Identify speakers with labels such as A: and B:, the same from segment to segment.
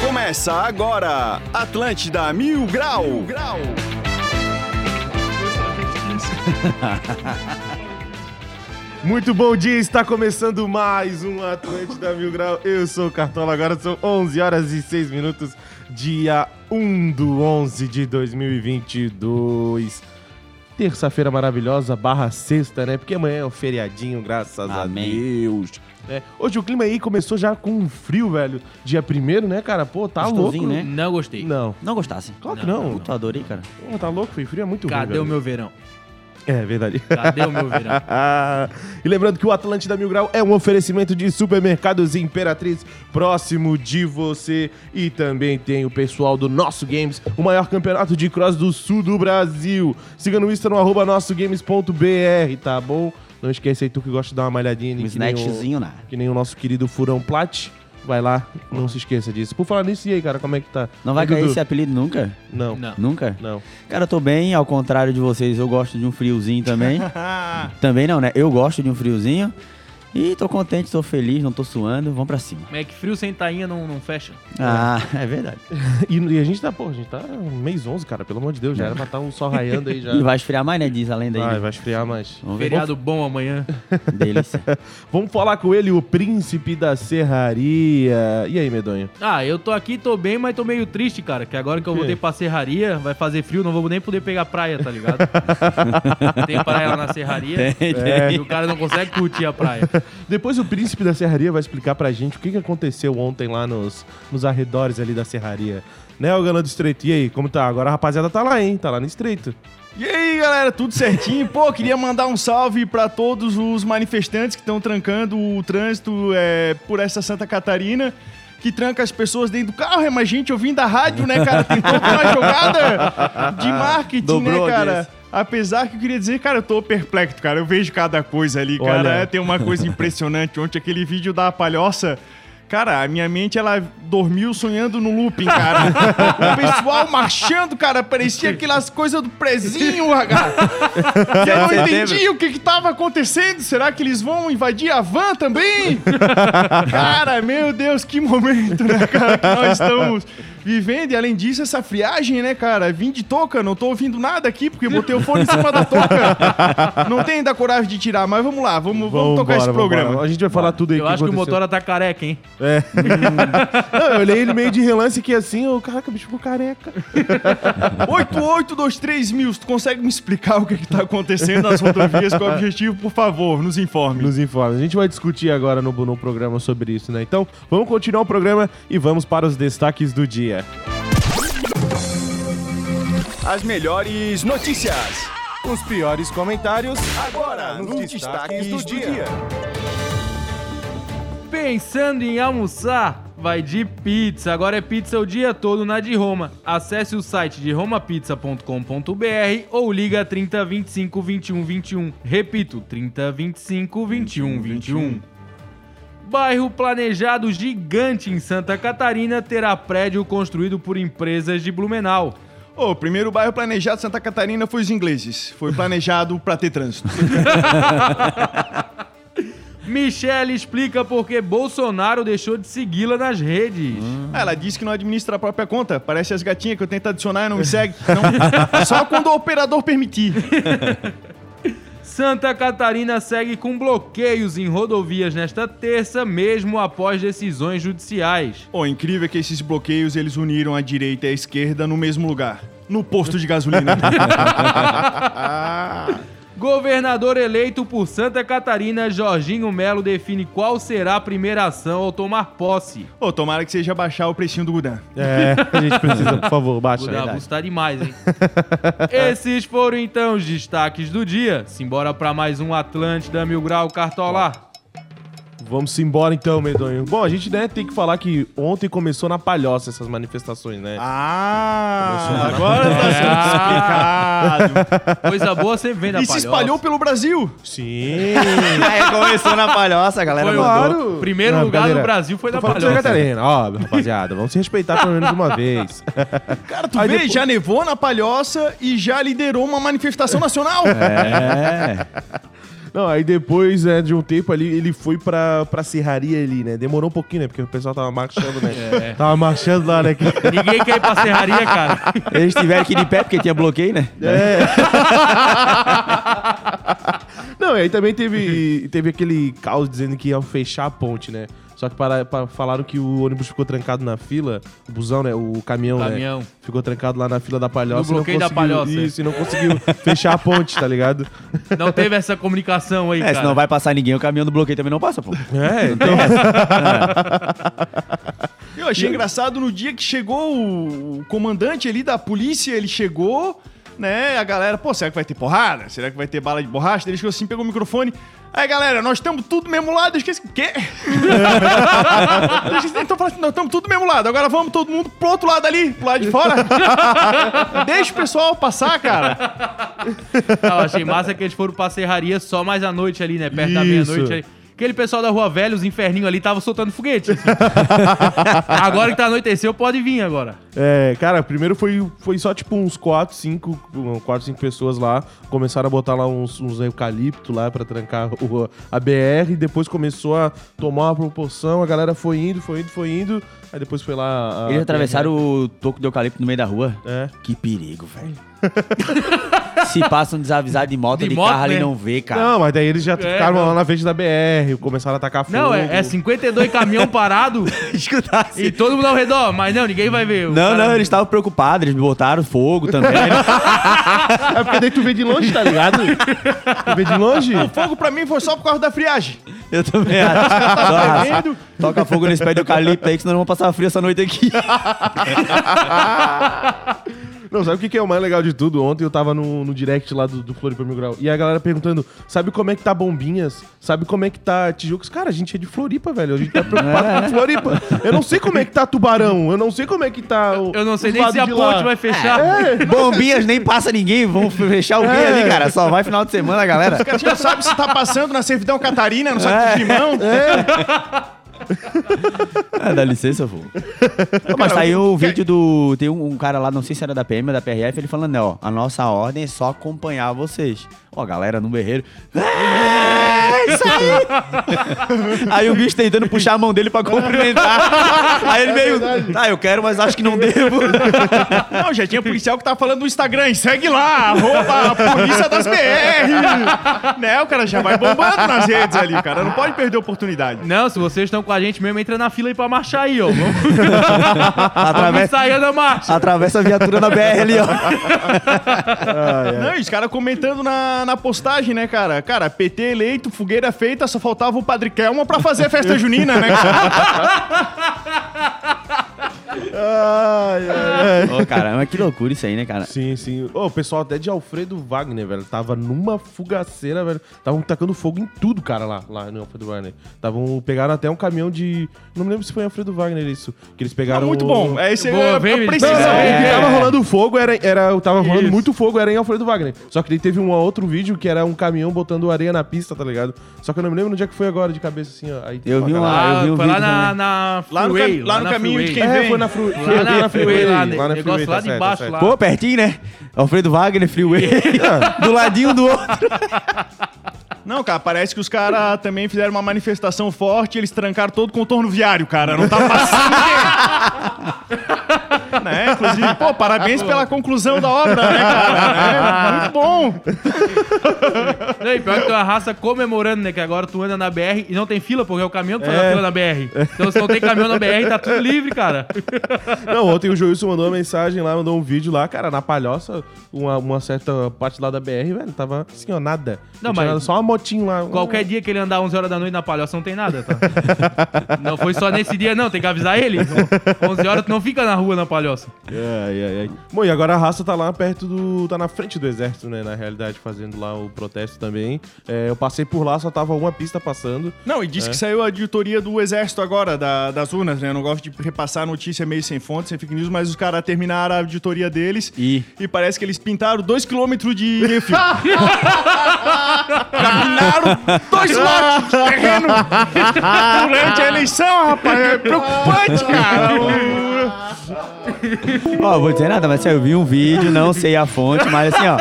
A: Começa agora, Atlântida Mil Grau.
B: Muito bom dia, está começando mais um Atlântida Mil Grau. Eu sou o Cartola, agora são 11 horas e 6 minutos, dia 1 do 11 de 2022. Terça-feira maravilhosa, barra sexta, né? Porque amanhã é um feriadinho, graças
A: Amém.
B: a Deus. né? Hoje o clima aí começou já com um frio, velho. Dia primeiro, né, cara? Pô, tá louco.
C: Gostosinho, né?
D: Não gostei.
B: Não.
C: Não gostasse.
B: Claro que não.
C: Puta, adorei, cara.
B: Pô, tá louco, foi frio, é muito ruim,
D: Cadê o
B: velho.
D: meu verão?
B: É, verdade.
D: Cadê o meu verão?
B: Ah, e lembrando que o Atlântida Mil Grau é um oferecimento de supermercados Imperatriz próximo de você. E também tem o pessoal do Nosso Games, o maior campeonato de cross do sul do Brasil. Siga no Insta no arroba nossogames.br, tá bom? Não esquece aí tu que gosta de dar uma malhadinha.
C: Um
B: né, que nem o-
C: snackzinho, né?
B: Que nem o nosso querido Furão Plat. Vai lá, não se esqueça disso. Por falar nisso, e aí, cara, como é que tá?
C: Não vai
B: Ô, Dudu?
C: cair esse apelido nunca?
B: Não, não.
D: Não.
C: Nunca? Cara, eu tô bem, ao contrário de vocês, eu gosto de um friozinho também. também não, né? Eu gosto de um friozinho. E tô contente, tô feliz, não tô suando, vamos pra cima.
D: Como é que frio sem tainha não, não fecha?
C: Ah, é verdade.
B: E, e a gente tá, pô, a gente tá mês 11, cara, pelo amor de Deus, já era pra estar um sol raiando aí já.
C: E vai esfriar mais, né? Diz a lenda aí.
B: Vai,
C: né?
B: vai esfriar mais.
C: Vamos ver.
D: Feriado bom amanhã.
C: Delícia.
B: Vamos falar com ele, o príncipe da serraria. E aí, medonho?
D: Ah, eu tô aqui, tô bem, mas tô meio triste, cara. Que agora que eu
B: quê?
D: voltei pra serraria, vai fazer frio, não vou nem poder pegar praia, tá ligado? Tem praia lá na serraria.
C: Tem,
D: E o cara não consegue curtir a praia.
B: Depois o príncipe da serraria vai explicar pra gente o que, que aconteceu ontem lá nos, nos arredores ali da serraria. Né, o galã do estreito? E aí, como tá? Agora a rapaziada tá lá, hein? Tá lá no estreito.
A: E aí, galera, tudo certinho? Pô, queria mandar um salve pra todos os manifestantes que estão trancando o trânsito é, por essa Santa Catarina. Que tranca as pessoas dentro do carro, é, mas gente, eu vim da rádio, né, cara? Tentou uma jogada de marketing,
C: Dobrou
A: né, cara?
C: desse.
A: Apesar que eu queria dizer, cara, eu tô perplexo, cara. Eu vejo cada coisa ali, cara.
B: Olha.
A: É, tem uma coisa impressionante. Ontem aquele vídeo da palhoça. Cara, a minha mente, ela dormiu sonhando no looping, cara. o pessoal marchando, cara, parecia aquelas coisas do prezinho, cara. Eu não entendi o que que tava acontecendo. Será que eles vão invadir a van também? cara, meu Deus, que momento, né, cara, que nós estamos vivendo. E além disso, essa friagem, né, cara? Vim de touca, não tô ouvindo nada aqui, porque botei o fone em cima da touca. Não tenho ainda coragem de tirar, mas vamos lá, vamos, vamos, tocar esse programa.
B: A gente vai falar tudo aí.
D: Eu acho que o
B: aconteceu.
D: motora tá careca, hein?
B: Não, eu olhei ele meio de relance aqui assim, ô, caraca, o bicho ficou careca.
A: 8823 mil, tu consegue me explicar o que, que tá acontecendo nas rodovias com o objetivo, por favor, nos informe.
B: Nos informa. A gente vai discutir agora no, no programa sobre isso, né? Então, vamos continuar o programa e vamos para os destaques do dia.
A: As melhores notícias.
B: Os piores comentários
A: Agora,
B: nos destaques do dia.
D: Pensando em almoçar, vai de pizza. Agora é pizza o dia todo na de Roma. Acesse o site de romapizza.com.br ou liga 30 25 21 21. Repito, 30 25 21 21. Bairro planejado gigante em Santa Catarina terá prédio construído por empresas de Blumenau.
A: Ô, O primeiro bairro planejado de Santa Catarina foi os ingleses. Foi planejado pra ter trânsito.
D: Michelle explica por que Bolsonaro deixou de segui-la nas redes.
A: Ah, Ela disse que não administra a própria conta. Parece as gatinhas que eu tento adicionar e não me segue. Não. Só quando o operador permitir.
D: Santa Catarina segue com bloqueios em rodovias nesta terça, mesmo após decisões judiciais.
A: O incrível é que esses bloqueios eles uniram a direita e a esquerda no mesmo lugar. No posto de gasolina. né?
D: Governador eleito por Santa Catarina, Jorginho Melo define qual será a primeira ação ao tomar posse.
A: Ô, tomara que seja baixar o precinho do Gudan.
B: É, a gente precisa, por favor, baixa.
D: Gustavo, isso tá demais, hein? Esses foram então os destaques do dia. Simbora pra mais um Atlântida Mil Grau Cartola.
B: Vamos embora então, medonho. Bom, a gente né, tem que falar que ontem começou na palhoça essas manifestações, né?
A: Ah, agora tá
B: é.
D: Ah.
A: sendo explicado.
D: Coisa boa você vem na
A: E se espalhou pelo Brasil.
B: Sim.
C: Aí começou na palhoça, a galera
D: Foi
C: mandou.
B: claro.
D: o primeiro
B: Não,
D: lugar
B: brincadeira.
D: do Brasil foi
B: Tô
D: na
B: falando de Santa
D: palhoça.
B: Catarina. Ó, rapaziada, vamos se respeitar pelo menos uma vez.
A: Cara, Ah, tu
B: Aí
A: vê,
B: depois-
A: já nevou na palhoça e já liderou uma manifestação nacional.
C: É.
B: Não, aí depois né, de um tempo ali, ele foi pra, pra serraria ali, né? Demorou um pouquinho, né? Porque o pessoal tava marchando, né?
D: É.
B: Tava marchando lá, né? Que-
D: Ninguém quer ir pra serraria, cara.
C: Eles tiveram que ir de pé porque tinha bloqueio, né?
B: É, Não, e aí também teve, teve aquele caos dizendo que iam fechar a ponte, né? Só que para, para- falaram que o ônibus ficou trancado na fila, o busão, né? O caminhão,
D: Caminhão.
B: né? Ficou trancado lá na fila da palhoça. e não
D: No bloqueio da
B: conseguiu-
D: Palhoça. é.
B: Isso, e não conseguiu fechar a ponte, tá ligado?
D: Não teve essa comunicação aí,
C: É,
D: cara.
C: se não vai passar ninguém, o caminhão do bloqueio também não passa, pô.
B: É,
A: Eu achei engraçado no dia que chegou o, o comandante ali da polícia, ele chegou, né? A galera, pô, será que vai ter porrada? Será que vai ter bala de borracha? Daí Ele chegou assim, pegou o microfone. Aí, galera, nós estamos tudo do mesmo lado. Eu esqueci. O quê? Eu esqueci, então fala assim, nós estamos tudo do mesmo lado. Agora vamos todo mundo pro outro lado ali, pro lado de fora. Deixa o pessoal passar, cara.
D: Ah, eu achei massa que eles foram pra serraria só mais à noite ali, né? Perto da
B: Isso.
D: meia-noite ali. Aquele pessoal da Rua Velha, os inferninhos ali, tava soltando foguete. assim. agora que tá anoiteceu, pode vir agora.
B: É, cara, primeiro foi, foi só tipo uns 4, 5, 4, 5 pessoas lá. Começaram a botar lá uns, uns eucalipto lá pra trancar o- a BR. e Depois começou a tomar uma proporção. A galera foi indo, foi indo, foi indo. Aí depois foi lá. a-
C: Eles atravessaram o toco de eucalipto no meio da rua.
B: Ah, É.
C: Que perigo, velho. Se passa um desavisado de moto,
D: De
C: de,
D: moto,
C: carro, ele
D: né?
C: não vê, cara.
B: Não, mas daí eles já ficaram
D: É, não.
B: lá na frente da BR. Começaram a atacar fogo. assim.
D: Não, é, é 52 caminhão parado
C: Escutasse.
D: e todo mundo ao redor. Mas não, ninguém vai ver. O
C: Não,
D: cara-
C: não, eles estavam preocupados, eles botaram fogo também. né?
B: É porque daí tu vê de longe, tá ligado? tu vê de longe?
A: O fogo pra mim foi só por causa da friagem.
C: Eu também acho. Só arrasar. Toca fogo nesse pé de eucalipto aí, que senão não vamos passar frio essa noite aqui.
B: Não, sabe o que que é o mais legal de tudo? Ontem eu tava no, no direct lá do, do Floripa Mil Grau e a galera perguntando, sabe como é que tá Bombinhas? Sabe como é que tá Tijucas? Cara, a gente é de Floripa, velho. A gente tá preocupado com Floripa. Eu não sei como é que tá Tubarão. Eu não sei como é que tá o,
D: Eu não sei
B: os
D: nem
B: lados
D: se a
B: de
D: ponte
B: lá.
D: vai fechar.
B: É.
C: Bombinhas nem passa ninguém, vamos fechar o bem
B: É.
C: ali, cara. Só vai final de semana, galera.
A: Os caras já sabem se tá passando na servidão Catarina, não sabe de limão.
C: Ah, dá licença, vô. Ô, Mas saiu o vídeo do. Tem um, um cara lá, não sei se era da PM ou da PRF, ele falando, né, ó, a nossa ordem é só acompanhar vocês. Ó, a galera no berreiro. "É, Isso aí! aí o bicho tentando puxar a mão dele pra cumprimentar. Aí
B: É
C: ele meio. Ah, eu quero, mas acho que não devo.
A: Não, já tinha policial que tava falando no Instagram, "E segue lá, arroba a polícia das BR. né, o cara já vai bombando nas redes ali, o cara não pode perder a oportunidade.
D: Não, se vocês estão com a gente mesmo, entra na fila aí pra marchar aí, ó. Vamos
C: Através,
D: sair da marcha.
C: atravessa a viatura da BR ali, ó.
A: Não, e os caras comentando na, na postagem, né, cara? Cara, PT eleito, fogueira feita, só faltava o Padre Kelma pra fazer a festa junina, né, cara?
B: Ai, ai, ai.
C: Ô, caramba, que loucura isso aí, né, cara?
B: Sim, sim. Ô, o pessoal até de Alfredo Wagner, velho, tava numa fugaceira, velho. Estavam tacando fogo em tudo, cara, lá, lá no Alfredo Wagner. Tavam, pegaram até um caminhão de... Não me lembro se foi em Alfredo Wagner isso. Que eles pegaram...
A: Muito
B: o-
A: bom, é isso aí,
D: Boa,
A: é,
D: vem,
A: é
B: Não,
A: preciso.
B: não, o que
D: É.
B: tava rolando fogo era. era tava rolando
D: Isso.
B: muito fogo, era em Alfredo Wagner. Só que daí teve um outro vídeo que era um caminhão botando areia na pista, tá ligado? Só que eu não me lembro onde é que foi agora, de cabeça assim, ó. Aí,
C: Eu vi
B: uma
C: uma-
B: galera-
C: Ah, eu vi o
D: foi lá
C: vídeo
D: na,
C: também.
D: na
A: Lá no
D: freeway,
A: cam- lá no
D: na
A: caminho de
D: freeway.
A: quem
B: É,
A: vem.
B: foi na, fru...
D: Lá na freeway,
B: na
D: lá, negócio
B: freeway,
D: lá
B: tá
D: de
B: certo,
D: baixo,
B: tá certo.
D: lá.
C: Pô, pertinho, né? Alfredo Wagner, Freeway. do ladinho do outro.
A: Não, cara, parece que os caras também fizeram uma manifestação forte, eles trancaram todo o contorno viário, cara. Não tá passando ninguém. né? Inclusive, pô, parabéns pela conclusão da obra, né, cara? Né? Muito bom.
D: Não, e pior que tem uma raça comemorando, né? Que agora tu anda na BR e não tem fila, porque é o caminhão que faz a fila na BR. Então se não tem caminhão na BR, tá tudo livre, cara.
B: Não, ontem o Joilson mandou uma mensagem lá, mandou um vídeo lá, cara, na palhoça, uma, uma certa parte lá da BR, velho, tava assim, ó, nada.
D: Não,
B: tinha
D: mas-
B: nada, só uma motinho lá.
D: Qualquer dia que ele andar 11 horas da noite na palhoça, não tem nada, tá? Não foi só nesse dia, não. Tem que avisar ele. 11 horas tu não fica na rua na palhoça.
B: Ai, ai, ai. Bom, e agora a raça tá lá perto do. tá na frente do exército, né? Na realidade, fazendo lá o protesto também. É, eu passei por lá, só tava uma pista passando.
A: Não, e disse que saiu a auditoria do Exército agora, da- das urnas, né? Eu não gosto de repassar notícia meio sem fonte, sem fake news, mas os caras terminaram a auditoria deles
C: E?
A: parece que eles pintaram 2km de refil. Capinaram dois lotes de terreno durante a eleição, rapaz. É preocupante, cara. O-
C: Ó, vou dizer nada, mas assim, ó, eu vi um vídeo, não sei a fonte, mas assim, ó.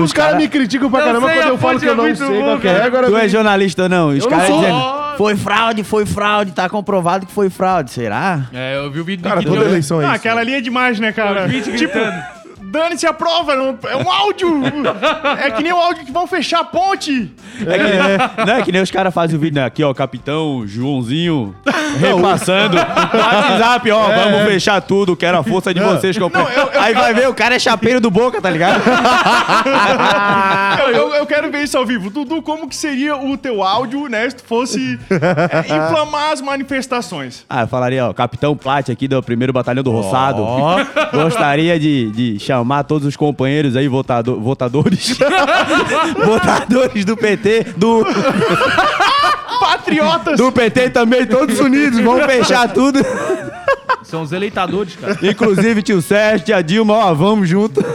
B: Os caras me criticam pra
D: Eu
B: caramba
D: sei,
B: quando
D: a
B: eu falo
D: fonte
B: que eu
D: é
B: não
D: muito
B: sei
D: boa,
B: qual que é.
D: cara.
B: Agora
C: Tu
B: vem-
C: é jornalista, não. Os
B: Eu não
C: caras
B: sou.
C: dizendo, foi fraude, foi fraude, tá comprovado que foi fraude. Será?
D: É, eu vi o vídeo
B: Cara,
D: do
B: toda eleição é
A: Ah,
B: isso.
A: aquela ali é demais, né, cara?
D: Smith
A: Tipo, dane-se a prova, não- é um áudio. é que nem o áudio que vão fechar a ponte.
C: É que, nem, não, é que nem os caras fazem o vídeo, né? Aqui, ó, capitão Joãozinho repassando. Tá WhatsApp, ó,
B: É,
C: vamos fechar tudo, quero a força de vocês, companheiro. Aí vai ver, o cara é chapeiro do Boca, tá ligado?
B: Ah.
A: Eu, eu- eu quero ver isso ao vivo. Dudu, como que seria o teu áudio, né, se tu fosse é, inflamar as manifestações?
C: Ah, eu falaria, ó, Capitão Plat aqui do primeiro Batalhão do Roçado. Gostaria de, de chamar todos os companheiros aí, votado, votadores. votadores do PT, do,
A: Patriotas!
C: do PT também, todos unidos, vamos fechar tudo.
D: São os eleitadores, cara.
C: Inclusive, tio Sérgio, tia Dilma, ó, vamos junto.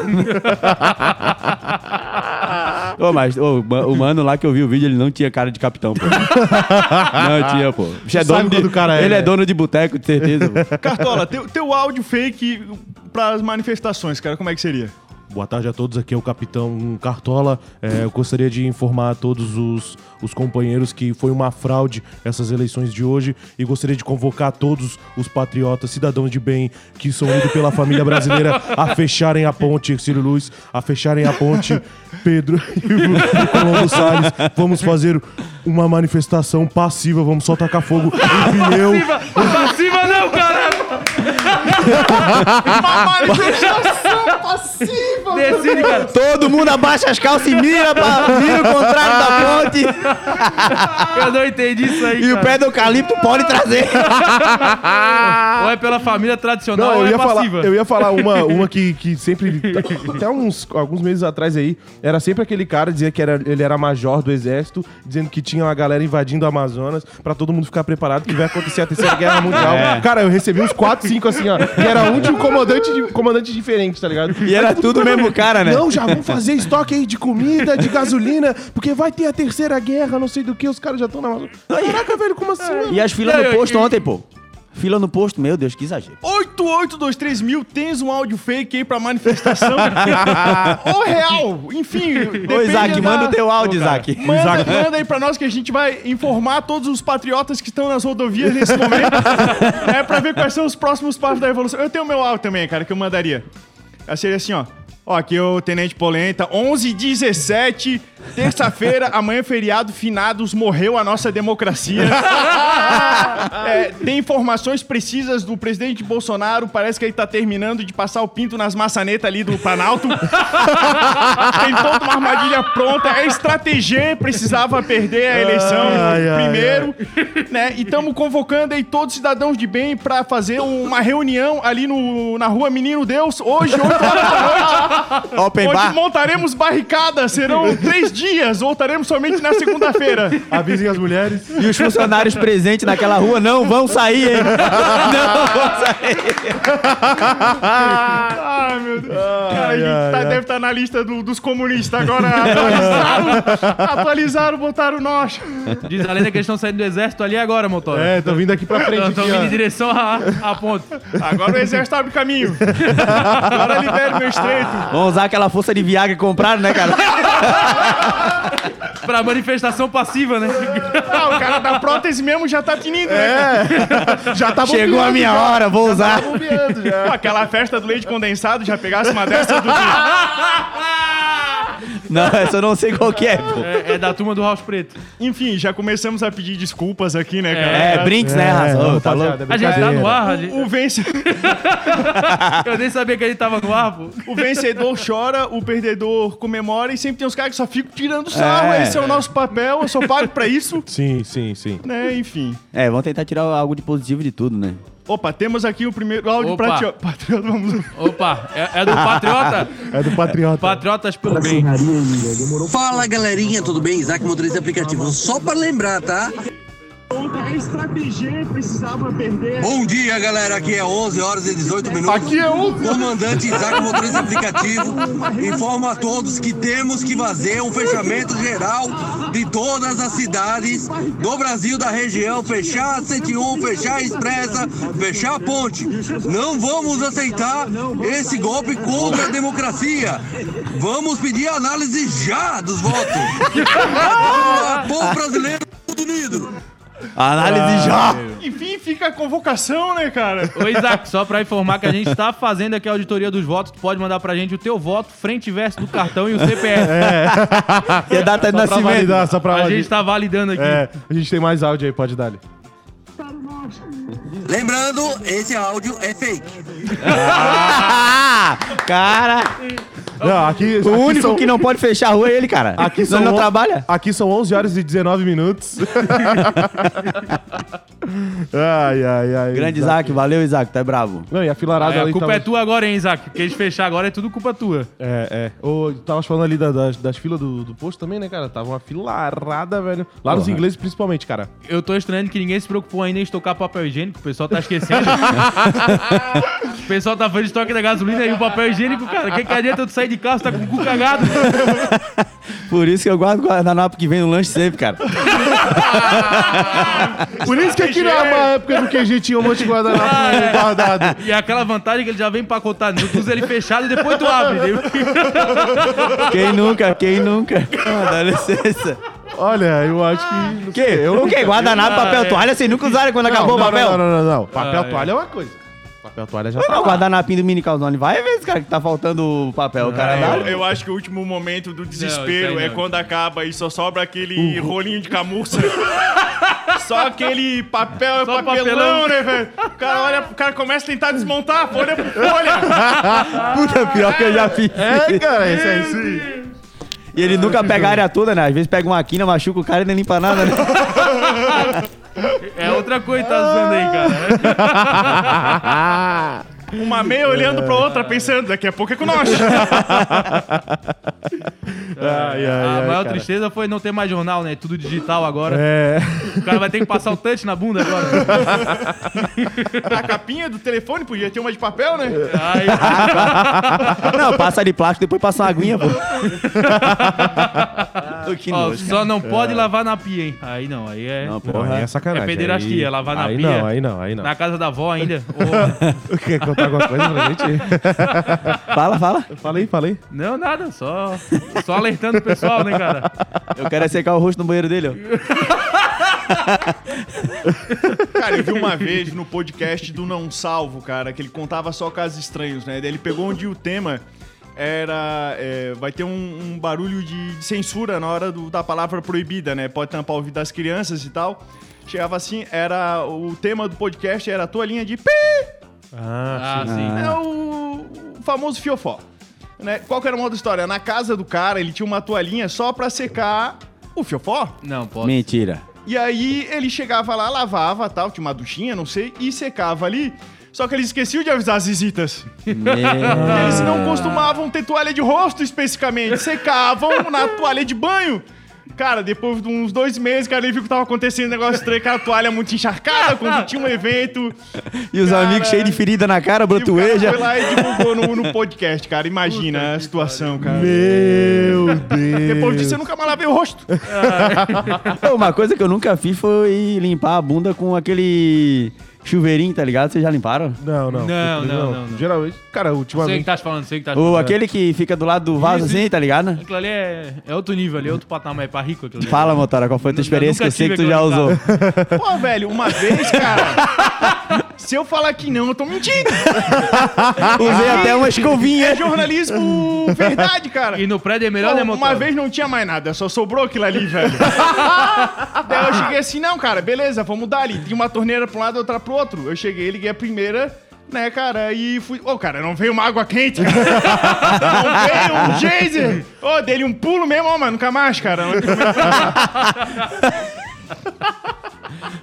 C: Ô, mas ô, o ma- o mano lá que eu vi o vídeo, ele não tinha cara de capitão, pô. Não tinha, pô. Bicho é dono
B: Sabe
C: de-
B: quando o cara é,
C: ele é
B: né?
C: dono de boteco, de certeza. pô.
A: Cartola, teu, teu áudio fake pras manifestações, cara, como é que seria?
B: Boa tarde a todos, aqui é o Capitão Cartola. É, eu gostaria de informar a todos os, os companheiros que foi uma fraude essas eleições de hoje e gostaria de convocar todos os patriotas, cidadãos de bem que são unidos pela família brasileira a fecharem a ponte, Ciro Luz, a fecharem a ponte, Pedro e o Colombo Salles. Vamos fazer uma manifestação passiva, vamos só tacar fogo em pneu.
D: Passiva, passiva não, cara!
A: Uma manifestação passiva!
D: Decide, cara.
C: Todo mundo abaixa as calças e mira, pra, mira o contrário da ponte.
D: Eu não entendi isso aí,
C: E o
D: cara.
C: pé do eucalipto pode trazer.
D: Ou é pela família tradicional
B: Não,
D: ou
B: eu
D: é
B: ia, falar,
D: passiva.
B: eu ia falar uma, uma que, que sempre. Até uns, alguns meses atrás aí, era sempre aquele cara dizia que era, ele era major do exército, dizendo que tinha uma galera invadindo o Amazonas pra todo mundo ficar preparado que vai acontecer a terceira guerra mundial. Cara, eu recebi uns 4, 5 assim, ó. E era um de um comandante, de, comandante diferente, tá ligado?
C: E era tudo o mesmo cara, né?
B: Não, já vão fazer estoque aí de comida, de gasolina, porque vai ter a terceira guerra, não sei do que, os caras já estão na Amazonas. Caraca, velho, como assim? mano?
C: E as filas
D: Não,
C: no
D: eu-
C: posto
D: eu-
C: ontem, pô. Fila no posto, meu Deus, que exagero.
A: 8823000 mil, tens um áudio fake aí pra manifestação? Ou real, enfim.
C: Ô,
A: depende
C: Isaac,
A: da-
C: manda o teu áudio, Isaac.
A: Manda, manda aí pra nós que a gente vai informar todos os patriotas que estão nas rodovias nesse momento. é pra ver quais são os próximos passos da revolução. Eu tenho meu áudio também, cara, que eu mandaria. Ah, Seria assim, ó. Ó, aqui é o Tenente Polenta, 11h17, terça-feira, amanhã é feriado, finados, morreu a nossa democracia. É, tem informações precisas do presidente Bolsonaro, parece que ele tá terminando de passar o pinto nas maçanetas ali do Planalto. Tem toda uma armadilha pronta. É estratégia, precisava perder a eleição
B: Ai, ai,
A: primeiro. Né? E estamos convocando aí todos os cidadãos de bem para fazer uma reunião ali no, na rua Menino Deus, hoje, 8 horas da
C: Open
A: noite,
C: bar.
A: onde montaremos barricadas. Serão três dias, voltaremos somente na segunda-feira.
B: Avisem as mulheres.
C: E os funcionários presentes naquela rua não vão sair, hein? Não vão sair.
A: Ai, meu Deus. Cara, a gente
B: ai,
A: tá-
B: ai.
A: deve estar na lista do- dos comunistas agora. Atualizaram, atualizaram botaram nós.
D: Diz a lenda que eles estão saindo do exército ali agora, motor.
B: É, tô vindo aqui pra frente.
D: Estão
B: aqui, ó.
D: vindo em direção à à ponte.
A: Agora o exército abre caminho. Agora libera o meu estreito.
C: Vão usar aquela força de Viagra que compraram, né, cara?
D: Pra manifestação passiva, né?
A: Ah, o cara da prótese mesmo já tá tinindo, né?
B: Já tá
C: Chegou a minha hora, vou usar.
A: Pô, aquela festa do leite condensado, já pegasse uma dessa do
C: Não, essa eu não sei qual que é, pô.
D: É, é da turma do House Preto.
A: Enfim, já começamos a pedir desculpas aqui, né,
C: É,
A: cara?
C: brinks, né, Razão? Tá louco?
D: A gente tá no ar. a gente-
A: O, vence-
D: Eu nem sabia que a gente tava no ar, pô.
A: o vencedor chora, o perdedor comemora e sempre tem uns caras que só ficam tirando sarro.
C: É.
A: Esse é o nosso papel, eu só pago pra isso,
B: Sim, sim, sim.
A: né? Enfim.
C: É, vamos tentar tirar algo de positivo de tudo, né?
A: Opa, temos aqui o primeiro áudio
D: Opa.
A: pra ti. ó. Patriota, vamos.
D: Opa, é, é do Patriota?
B: É do Patriota.
D: Patriotas pelo bem.
E: Fala galerinha, tudo bem? Isaac motorista aplicativo. Só pra lembrar, tá? Contra a estratégia precisava perder.
F: Bom dia, galera. Aqui é 11 horas e 18 minutos.
A: Aqui é 11
F: Comandante Isaac Motorista Aplicativo informa a todos que temos que fazer um fechamento geral de todas as cidades do Brasil, da região. Fechar a 101, fechar a Expressa, fechar a ponte. Não vamos aceitar esse golpe contra a democracia. Vamos pedir análise já dos votos. Vamos lá, povo brasileiro unido.
C: Análise já!
A: Enfim, fica a convocação, né, cara?
D: Ô, Isaac, só pra informar que a gente tá fazendo aqui a auditoria dos votos, tu pode mandar pra gente o teu voto, frente e verso do cartão e o CPF.
C: E a data de
B: Só pra
C: nascimento?
B: validar, só É, pra
D: a gente
B: validar.
D: tá validando aqui.
B: É, a gente tem mais áudio aí, pode dar ali.
F: Lembrando, esse áudio é fake.
C: Ah, cara,
B: Não, aqui,
C: o único
B: são,
C: que não pode fechar a rua é ele, cara.
B: Aqui
C: Nós
B: são
C: não
B: on-
D: é.
C: trabalha?
B: Aqui são 11 horas e 19 minutos. ai, ai, ai.
C: Grande Isaac, valeu, Isaac, tá bravo.
B: Não, e a filarada
D: Aí, a
B: ali
D: culpa
B: tava-
D: é tua agora, hein, Isaac? Porque eles fechar agora é tudo culpa tua.
B: É, é. Ô, tava falando ali da- das, das filas do, do posto também, né, cara? Tava uma filarada, velho. Lá nos
C: Porra.
B: ingleses, principalmente, cara.
D: Eu tô estranhando que ninguém se preocupou ainda em estocar papel higiênico, o pessoal tá esquecendo. o pessoal tá fazendo estoque da gasolina e o papel higiênico, cara. Que que adianta tu sair de casa, tá com o cu cagado?
C: Por isso que eu guardo o guardanapo que vem no lanche sempre, cara.
B: Por isso que aqui na
D: é
B: época do QG tinha um monte de guardanapo guardado.
D: Ah, E é aquela vantagem que ele já vem empacotado, tu usa ele fechado e depois tu abre. né?
C: Quem nunca, quem nunca? Ah, dá licença.
B: Olha, eu acho que.
C: O quê? O quê? Guardanapo, papel, toalha, vocês nunca usaram quando acabou o
B: não,
C: papel?
B: Não, não, não, não. não. Papel
D: Ah, é.
B: toalha é. uma coisa. Papel toalha já tá.
C: Não, guardanapinho do mini calzone. Vai ver esse cara que tá faltando o papel, o cara.
A: Eu,
C: dá.
A: eu acho que o último momento do desespero
D: isso aí
A: é
D: não.
A: quando acaba e só sobra aquele rolinho de camurça. Só aquele papel, é
D: Só
A: papelão,
D: papelão.
A: né, velho? O cara olha, o cara começa a tentar desmontar folha por folha.
C: Puta, pior que eu já fiz.
B: É, cara, isso é isso aí.
C: E ele nunca pega a área toda, né? Às vezes pega uma quina, machuca o cara e nem limpa nada, né?
D: É outra coisa que tá usando aí, cara.
A: Uma meia olhando pra outra, pensando, daqui a pouco é com nós.
B: Ai, ai,
D: A
B: ai,
D: maior
B: cara.
D: tristeza foi não ter mais jornal, né? Tudo digital agora.
B: É.
D: O cara vai ter que passar o touch na bunda agora.
A: A capinha do telefone podia ter uma de papel, né?
D: Ai,
B: Ah,
C: Não, passa de plástico, depois passa uma aguinha, pô. que
D: ó,
C: nojo, cara.
D: só não pode lavar na pia, hein? Aí não, aí é.
C: Não,
B: É. Não,
C: porra.
B: aí é sacanagem.
D: É pederastia,
B: aí,
D: lavar na
B: aí
D: pia.
B: Não, aí não, aí não.
D: Na casa da avó ainda. Ô,
B: Quer contar alguma coisa pra gente?
C: Fala, fala.
B: falei, falei.
D: não, nada, só, só alertando o pessoal, né, cara?
C: Eu quero é secar o rosto no banheiro dele, ó.
A: Cara, eu vi uma vez no podcast do Não Salvo, cara, que ele contava só casos estranhos, né? Daí ele pegou onde o tema era. é, vai ter um, um barulho de, de censura na hora do- da palavra proibida, né? Pode tampar o ouvido das crianças e tal. Chegava assim, era. O tema do podcast era a tua linha de pi
D: Ah, sim.
A: é o o famoso fiofó. Né? Qual que era uma outra história? Na casa do cara, ele tinha uma toalhinha só pra secar o fiofó.
D: Não, pode.
C: Mentira.
A: E aí ele chegava lá, lavava, tal, tinha uma duchinha, não sei, e secava ali. Só que ele esqueciam de avisar as visitas. Eles não costumavam ter toalha de rosto especificamente, secavam na toalha de banho. Cara, depois de uns dois meses, cara, ele viu que tava acontecendo um negócio estranho, cara, a toalha muito encharcada, quando tinha um evento.
C: E os
A: Cara.
C: amigos cheios de ferida na cara,
A: E o cara
C: brotoeja.
A: foi lá e divulgou no, no podcast, cara. Imagina a situação, cara.
B: Meu Deus.
A: Depois disso, eu nunca mais lavei o rosto.
C: Pô, Uma coisa que eu nunca fiz foi limpar a bunda com aquele chuveirinho, tá ligado? Vocês já limparam?
B: Não, não.
D: Não, não, não, não.
B: Geralmente, cara,
D: Sei o que
B: ultimamente.
D: tá te falando, sei o que tá te
C: Ou
D: falando.
C: aquele que fica do lado do vaso
D: Isso,
C: assim, tá ligado?
D: Aquilo ali é, é outro nível ali, é outro patamar, é pra rico aquilo ali.
C: Fala, motora, qual foi a tua
D: Eu
C: experiência que eu
D: nunca
C: sei que
D: tive
C: tu já
D: aquela
C: usou?
A: Pô, velho, uma vez, cara. Se eu falar que não, eu tô mentindo.
D: tá?
C: Usei
D: Ah,
C: até uma escovinha.
A: É jornalismo verdade, cara.
D: E no prédio é melhor,
A: Pô,
D: né, motor?
A: uma vez não tinha mais nada, só sobrou aquilo ali, velho. Daí eu cheguei assim, não, cara, beleza, vamos dar ali. Tinha uma torneira pra um lado, outra pro outro. Eu cheguei, liguei a primeira, né, cara, e fui... Ô, cara, não veio uma água quente, cara. Não veio um geyser. Ô, dele um pulo mesmo, ó, mano, nunca mais, cara. Um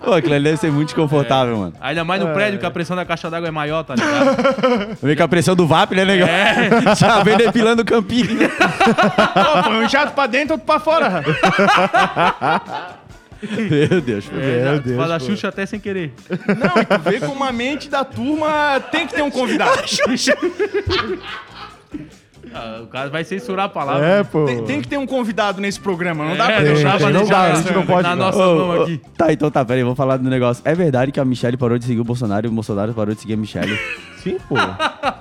C: Pô, aquilo ali deve ser muito desconfortável, mano.
D: Ainda mais no prédio que a pressão da caixa d'água é maior, tá ligado?
C: Vem com a pressão do VAP, né, negão?
D: É.
C: Já vem depilando o campinho.
A: Pô, põe um jato pra dentro, outro pra fora.
C: Meu Deus, foi
D: É,
C: mesmo.
D: já, tu faz a Xuxa até sem querer.
A: Não, e tu vê como a mente da turma tem que ter um convidado.
D: Ah, o cara vai censurar a palavra.
B: É, pô.
A: Tem, tem que ter um convidado nesse programa, não dá
D: É,
A: pra
D: não
A: deixar
D: dá pra
A: a gente
D: deixar,
A: passando.
D: a gente não pode, na não. nossa
C: Ô,
D: mão
C: ô,
D: aqui.
C: Tá, então tá, peraí, vamos falar do negócio. É verdade que a Michelle parou de seguir o Bolsonaro e o Bolsonaro parou de seguir a Michelle.
B: Sim, pô.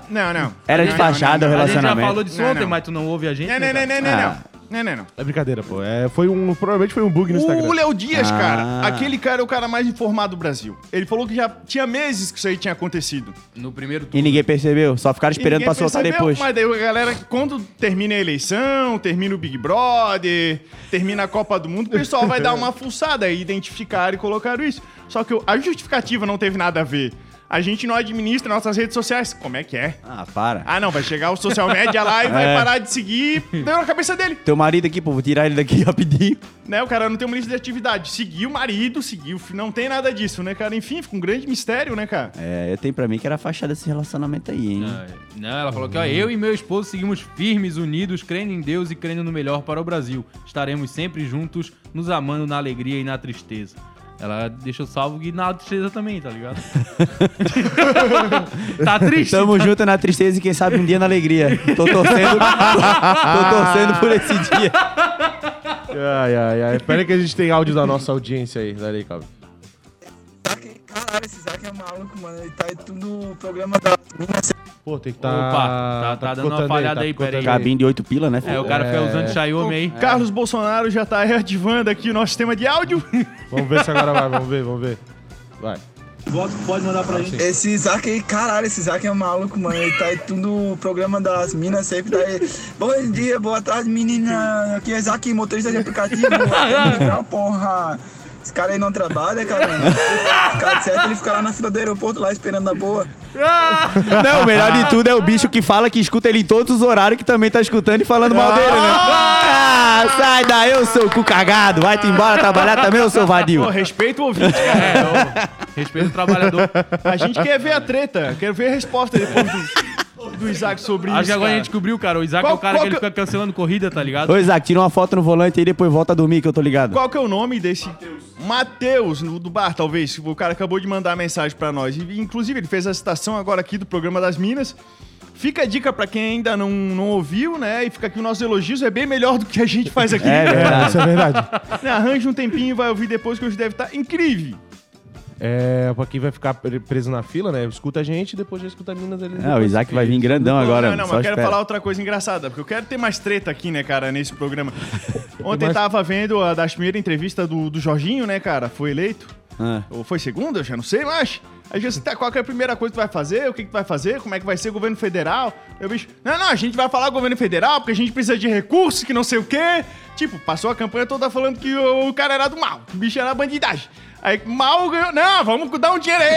A: Não, não.
C: Era
A: Não,
C: disfarçado
A: não,
C: o
A: não, não.
D: A gente já
C: relacionamento.
D: falou disso
A: Não,
D: ontem,
A: não.
D: mas tu não ouve a gente.
A: Não,
D: né,
A: não, não,
D: cara?
A: não,
C: Ah.
A: não. Não, não, não.
B: É brincadeira, pô. É, foi um, provavelmente foi um bug no Instagram.
A: O Léo Dias,
C: Ah.
A: cara, aquele cara é o cara mais informado do Brasil. Ele falou que já tinha meses que isso aí tinha acontecido.
D: No primeiro
C: E ninguém percebeu, só ficaram esperando
A: E
C: pra
A: ninguém
C: soltar
A: percebeu,
C: depois.
A: Mas daí a galera, quando termina a eleição, termina o Big Brother, termina a Copa do Mundo, o pessoal vai dar uma fuçada e identificaram e colocaram isso. Só que o- a justificativa não teve nada a ver. A gente não administra nossas redes sociais. Como é que é?
C: Ah, para.
A: Ah, não, vai chegar o social media lá e vai
C: É.
A: parar de seguir. Deu na cabeça dele,
C: Teu marido aqui, pô, vou tirar ele daqui rapidinho.
A: né? O cara não tem uma lista de atividade. Seguiu o marido, seguiu. Não tem nada disso, né, cara? Enfim, fica um grande mistério, né, cara?
C: É, eu tenho pra mim que era fachada esse relacionamento aí, hein?
D: Ah, Não, ela falou que ó, eu e meu esposo seguimos firmes, unidos, crendo em Deus e crendo no melhor para o Brasil. Estaremos sempre juntos, nos amando na alegria e na tristeza. Ela deixou salvo e na tristeza também, tá ligado? tá triste.
C: Tamo junto na tristeza e quem sabe um dia na alegria. Tô torcendo, tô torcendo por esse dia.
B: Ai, ai, ai. Espera aí que a gente tem áudio da nossa audiência aí. Dá aí, Calvin.
G: Isaac, caralho, esse Isaac é maluco, mano. Ele tá indo no programa da mina
B: Pô, tem que tá...
D: Opa, tá- tá dando uma
B: picotando
D: falhada aí,
B: picotando
D: pera aí.
C: Cabinho de oito pila, né, filho?
D: É, o cara fica
B: É.
D: usando Xiaomi aí.
A: O Carlos Bolsonaro já tá reativando aqui o nosso tema de áudio.
B: Vamos ver se agora vai, vamos ver, vamos ver. Vai.
G: Esse Isaac aí, caralho, esse Isaac é maluco, mano. Ele tá indo no programa das minas sempre. Tá aí. Bom dia, boa tarde, menina. Aqui é Isaac, motorista de aplicativo. Não, porra. Esse cara aí não trabalha, cara. O cara de certo, ele fica lá na fila do aeroporto, lá esperando na boa.
C: Não, o melhor de tudo é o bicho que fala que escuta ele em todos os horários que também tá escutando e falando mal dele, né? Ah, sai daí, eu sou cu cagado. Vai-te embora trabalhar também, eu sou vadio.
A: Pô, respeita o ouvinte, cara.
D: É, ô, respeita o trabalhador.
A: A gente quer ver a treta, quero ver a resposta depois do, do Isaac sobre
D: Acho
A: isso.
D: que agora a
A: cara.
D: gente descobriu, cara. O Isaac é
A: Qual-
D: o cara
A: qual
D: que ele
A: que-
D: fica cancelando corrida, tá ligado?
C: Ô, Isaac, tira uma foto no volante aí e depois volta a dormir que eu tô ligado.
A: Qual que é o nome desse? Matheus, no- do bar, talvez. O cara acabou de mandar a mensagem pra nós. E, Inclusive, ele fez a citação agora aqui do programa das Minas. Fica a dica pra quem ainda não, não ouviu, né? E fica aqui o nosso elogios. É bem melhor do que a gente faz aqui.
C: É verdade.
B: Isso é verdade.
A: Arranja um tempinho e vai ouvir depois que hoje deve estar incrível.
B: É, pra quem vai ficar pre- preso na fila, né? Escuta a gente, depois já escuta a Minas ali.
C: É, o Isaac vai vir grandão agora.
A: Não, não, mas
C: só
A: eu quero
C: espera.
A: falar outra coisa engraçada, porque eu quero ter mais treta aqui, né, cara, nesse programa. Ontem
B: mais-
A: tava vendo a das primeira entrevista do, do Jorginho, né, cara? Foi eleito.
C: Ah.
A: Ou foi segunda, eu já não sei mais. Aí você tá, qual que é a primeira coisa que tu vai fazer? O que, que tu vai fazer? Como é que vai ser o governo federal? Eu bicho, não, não, a gente vai falar governo federal porque a gente precisa de recursos, que não sei o quê. Tipo, passou a campanha toda falando que o, o cara era do mal, que o bicho era bandidagem. Aí mal ganhou. Não, vamos dar um dinheiro aí,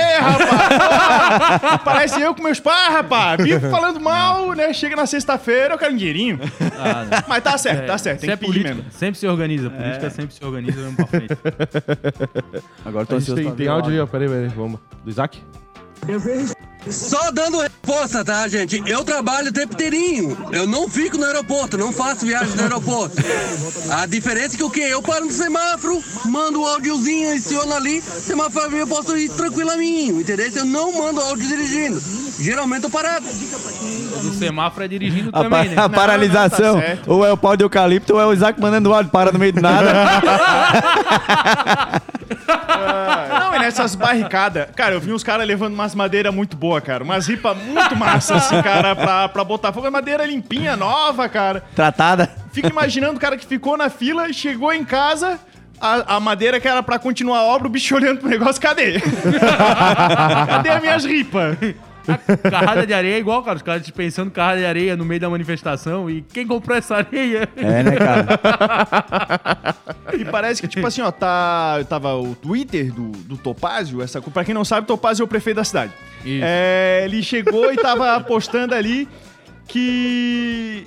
A: rapaz. Parece eu com meus pais, rapaz. Vivo falando mal, né? Chega na sexta-feira, eu quero um dinheirinho. Mas tá certo, tá certo. Tem
D: Isso
A: que
D: Ah, é
A: pedir
D: política.
A: mesmo. É.
D: Sempre se organiza. Política sempre se organiza mesmo pra frente.
C: Agora eu tô
B: A gente
C: ansioso.
B: tem,
C: pra
B: tem
C: ver o
B: áudio aí, ó. Peraí, peraí. Vamos. Do Isaac?
F: Só dando resposta, tá, gente? Eu trabalho o tempo inteirinho. Eu não fico no aeroporto, não faço viagem no aeroporto. A diferença é que o quê? Eu paro no semáforo, mando o áudiozinho, aciono ali, semáforo eu posso ir tranquilaminho, entendeu? Então, Eu não mando áudio dirigindo. Geralmente eu parado.
D: No semáforo é dirigindo
C: A, pa-
D: também, né?
C: a paralisação.
A: tá certo.
C: ou é o pau de eucalipto ou é o Isaac mandando áudio, para no meio do nada.
A: Não, e nessas barricadas. Cara, eu vi uns caras levando umas madeiras muito boa, cara. Umas ripas muito massa, assim, cara, pra, pra botar fogo. É madeira limpinha, nova, cara.
C: Tratada.
A: Fica imaginando o cara que ficou na fila, chegou em casa. A, a madeira que era pra continuar a obra, o bicho olhando pro negócio, cadê? cadê as minhas ripas?
D: Carrada de areia é igual, cara. Os caras dispensando carrada de areia no meio da manifestação. E quem comprou essa areia?
C: É, né, cara?
A: E parece que, tipo assim, ó, tá. Tava o Twitter do, do Topázio, essa. Pra quem não sabe, Topázio é o prefeito da cidade.
D: Isso.
A: É, ele chegou e tava postando ali que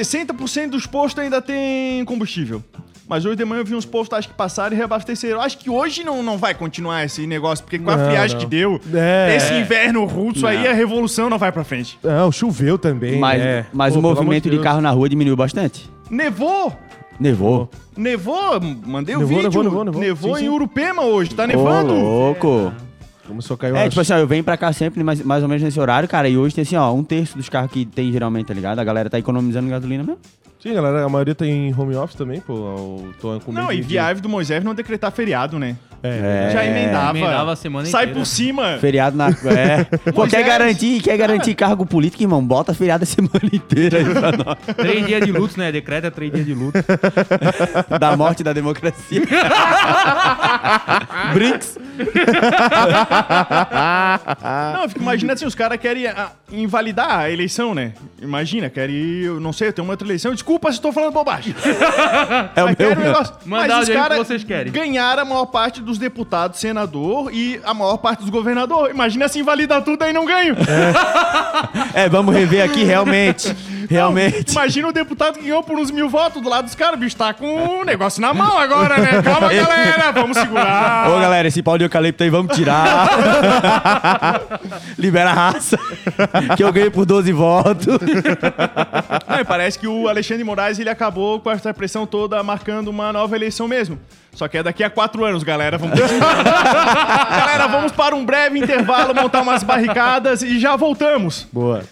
A: 60% dos postos ainda tem combustível. Mas hoje de manhã eu vi uns postos acho que passaram e reabasteceram. Acho que hoje não, não vai continuar esse negócio, porque com a
B: Não,
A: friagem
B: não.
A: que deu,
B: É.
A: esse inverno russo aí, a revolução não vai pra frente.
B: Não, choveu também.
C: Mas,
B: é.
C: mas
B: Pô,
C: o
B: pelo amor
C: movimento de
B: Deus.
C: carro na rua diminuiu bastante.
A: Nevou!
C: Nevou.
A: Nevou, mandei o
B: Nevou,
A: vídeo.
B: nevou, nevou, nevou.
A: Nevou
B: Sim,
A: em
B: sim.
A: Urupema hoje, tá
C: Ô,
A: nevando.
C: louco.
B: Começou a cair o
C: É,
B: ar.
C: tipo assim, ó, eu venho pra cá sempre mais, mais ou menos nesse horário, cara, e hoje tem assim, ó, um terço dos carros que tem geralmente, tá ligado? A galera tá economizando gasolina mesmo.
B: Sim, galera, a maioria tá em home office também, pô. Eu tô com
A: Não,
B: medo
A: e
B: de-
A: viagem do Moisés não é decretar feriado, né?
B: É.
A: Já emendava.
D: Emendava a semana
A: Sai
D: inteira.
A: por cima.
C: Feriado na. É. Pô, quer
A: Moisés.
C: garantir, quer garantir cargo político, irmão? Bota feriado a semana inteira aí pra nós.
D: Três dias de luto, né? Decreta três dias de luto.
C: Da morte da democracia. Brinks.
A: Não, eu fico imaginando assim, os caras querem ah, invalidar a eleição, né? Imagina, querem, eu não sei, tem uma outra eleição. Desculpa se tô falando bobagem.
C: É o
A: Mas querem
C: meu.
A: um negócio.
D: Mandar
A: Mas
D: o
A: os
D: jeito que
A: caras
D: vocês querem.
A: ganharam a maior parte dos deputados, senador e a maior parte dos governador. Imagina se invalidar tudo aí não ganho.
C: É, vamos rever aqui realmente. Realmente.
A: Imagina o deputado que ganhou por uns mil votos do lado dos caras. O bicho tá com o negócio na mão agora, né? Calma, galera. Vamos segurar.
C: Ô galera, esse pau de eucalipto aí vamos tirar. Libera a raça. Que eu ganhei por 12 votos.
A: Não, e parece que o Alexandre Moraes ele acabou com essa pressão toda marcando uma nova eleição mesmo. Só que é daqui a quatro anos, galera. Vamos... galera, vamos para um breve intervalo, montar umas barricadas e já voltamos.
B: Boa.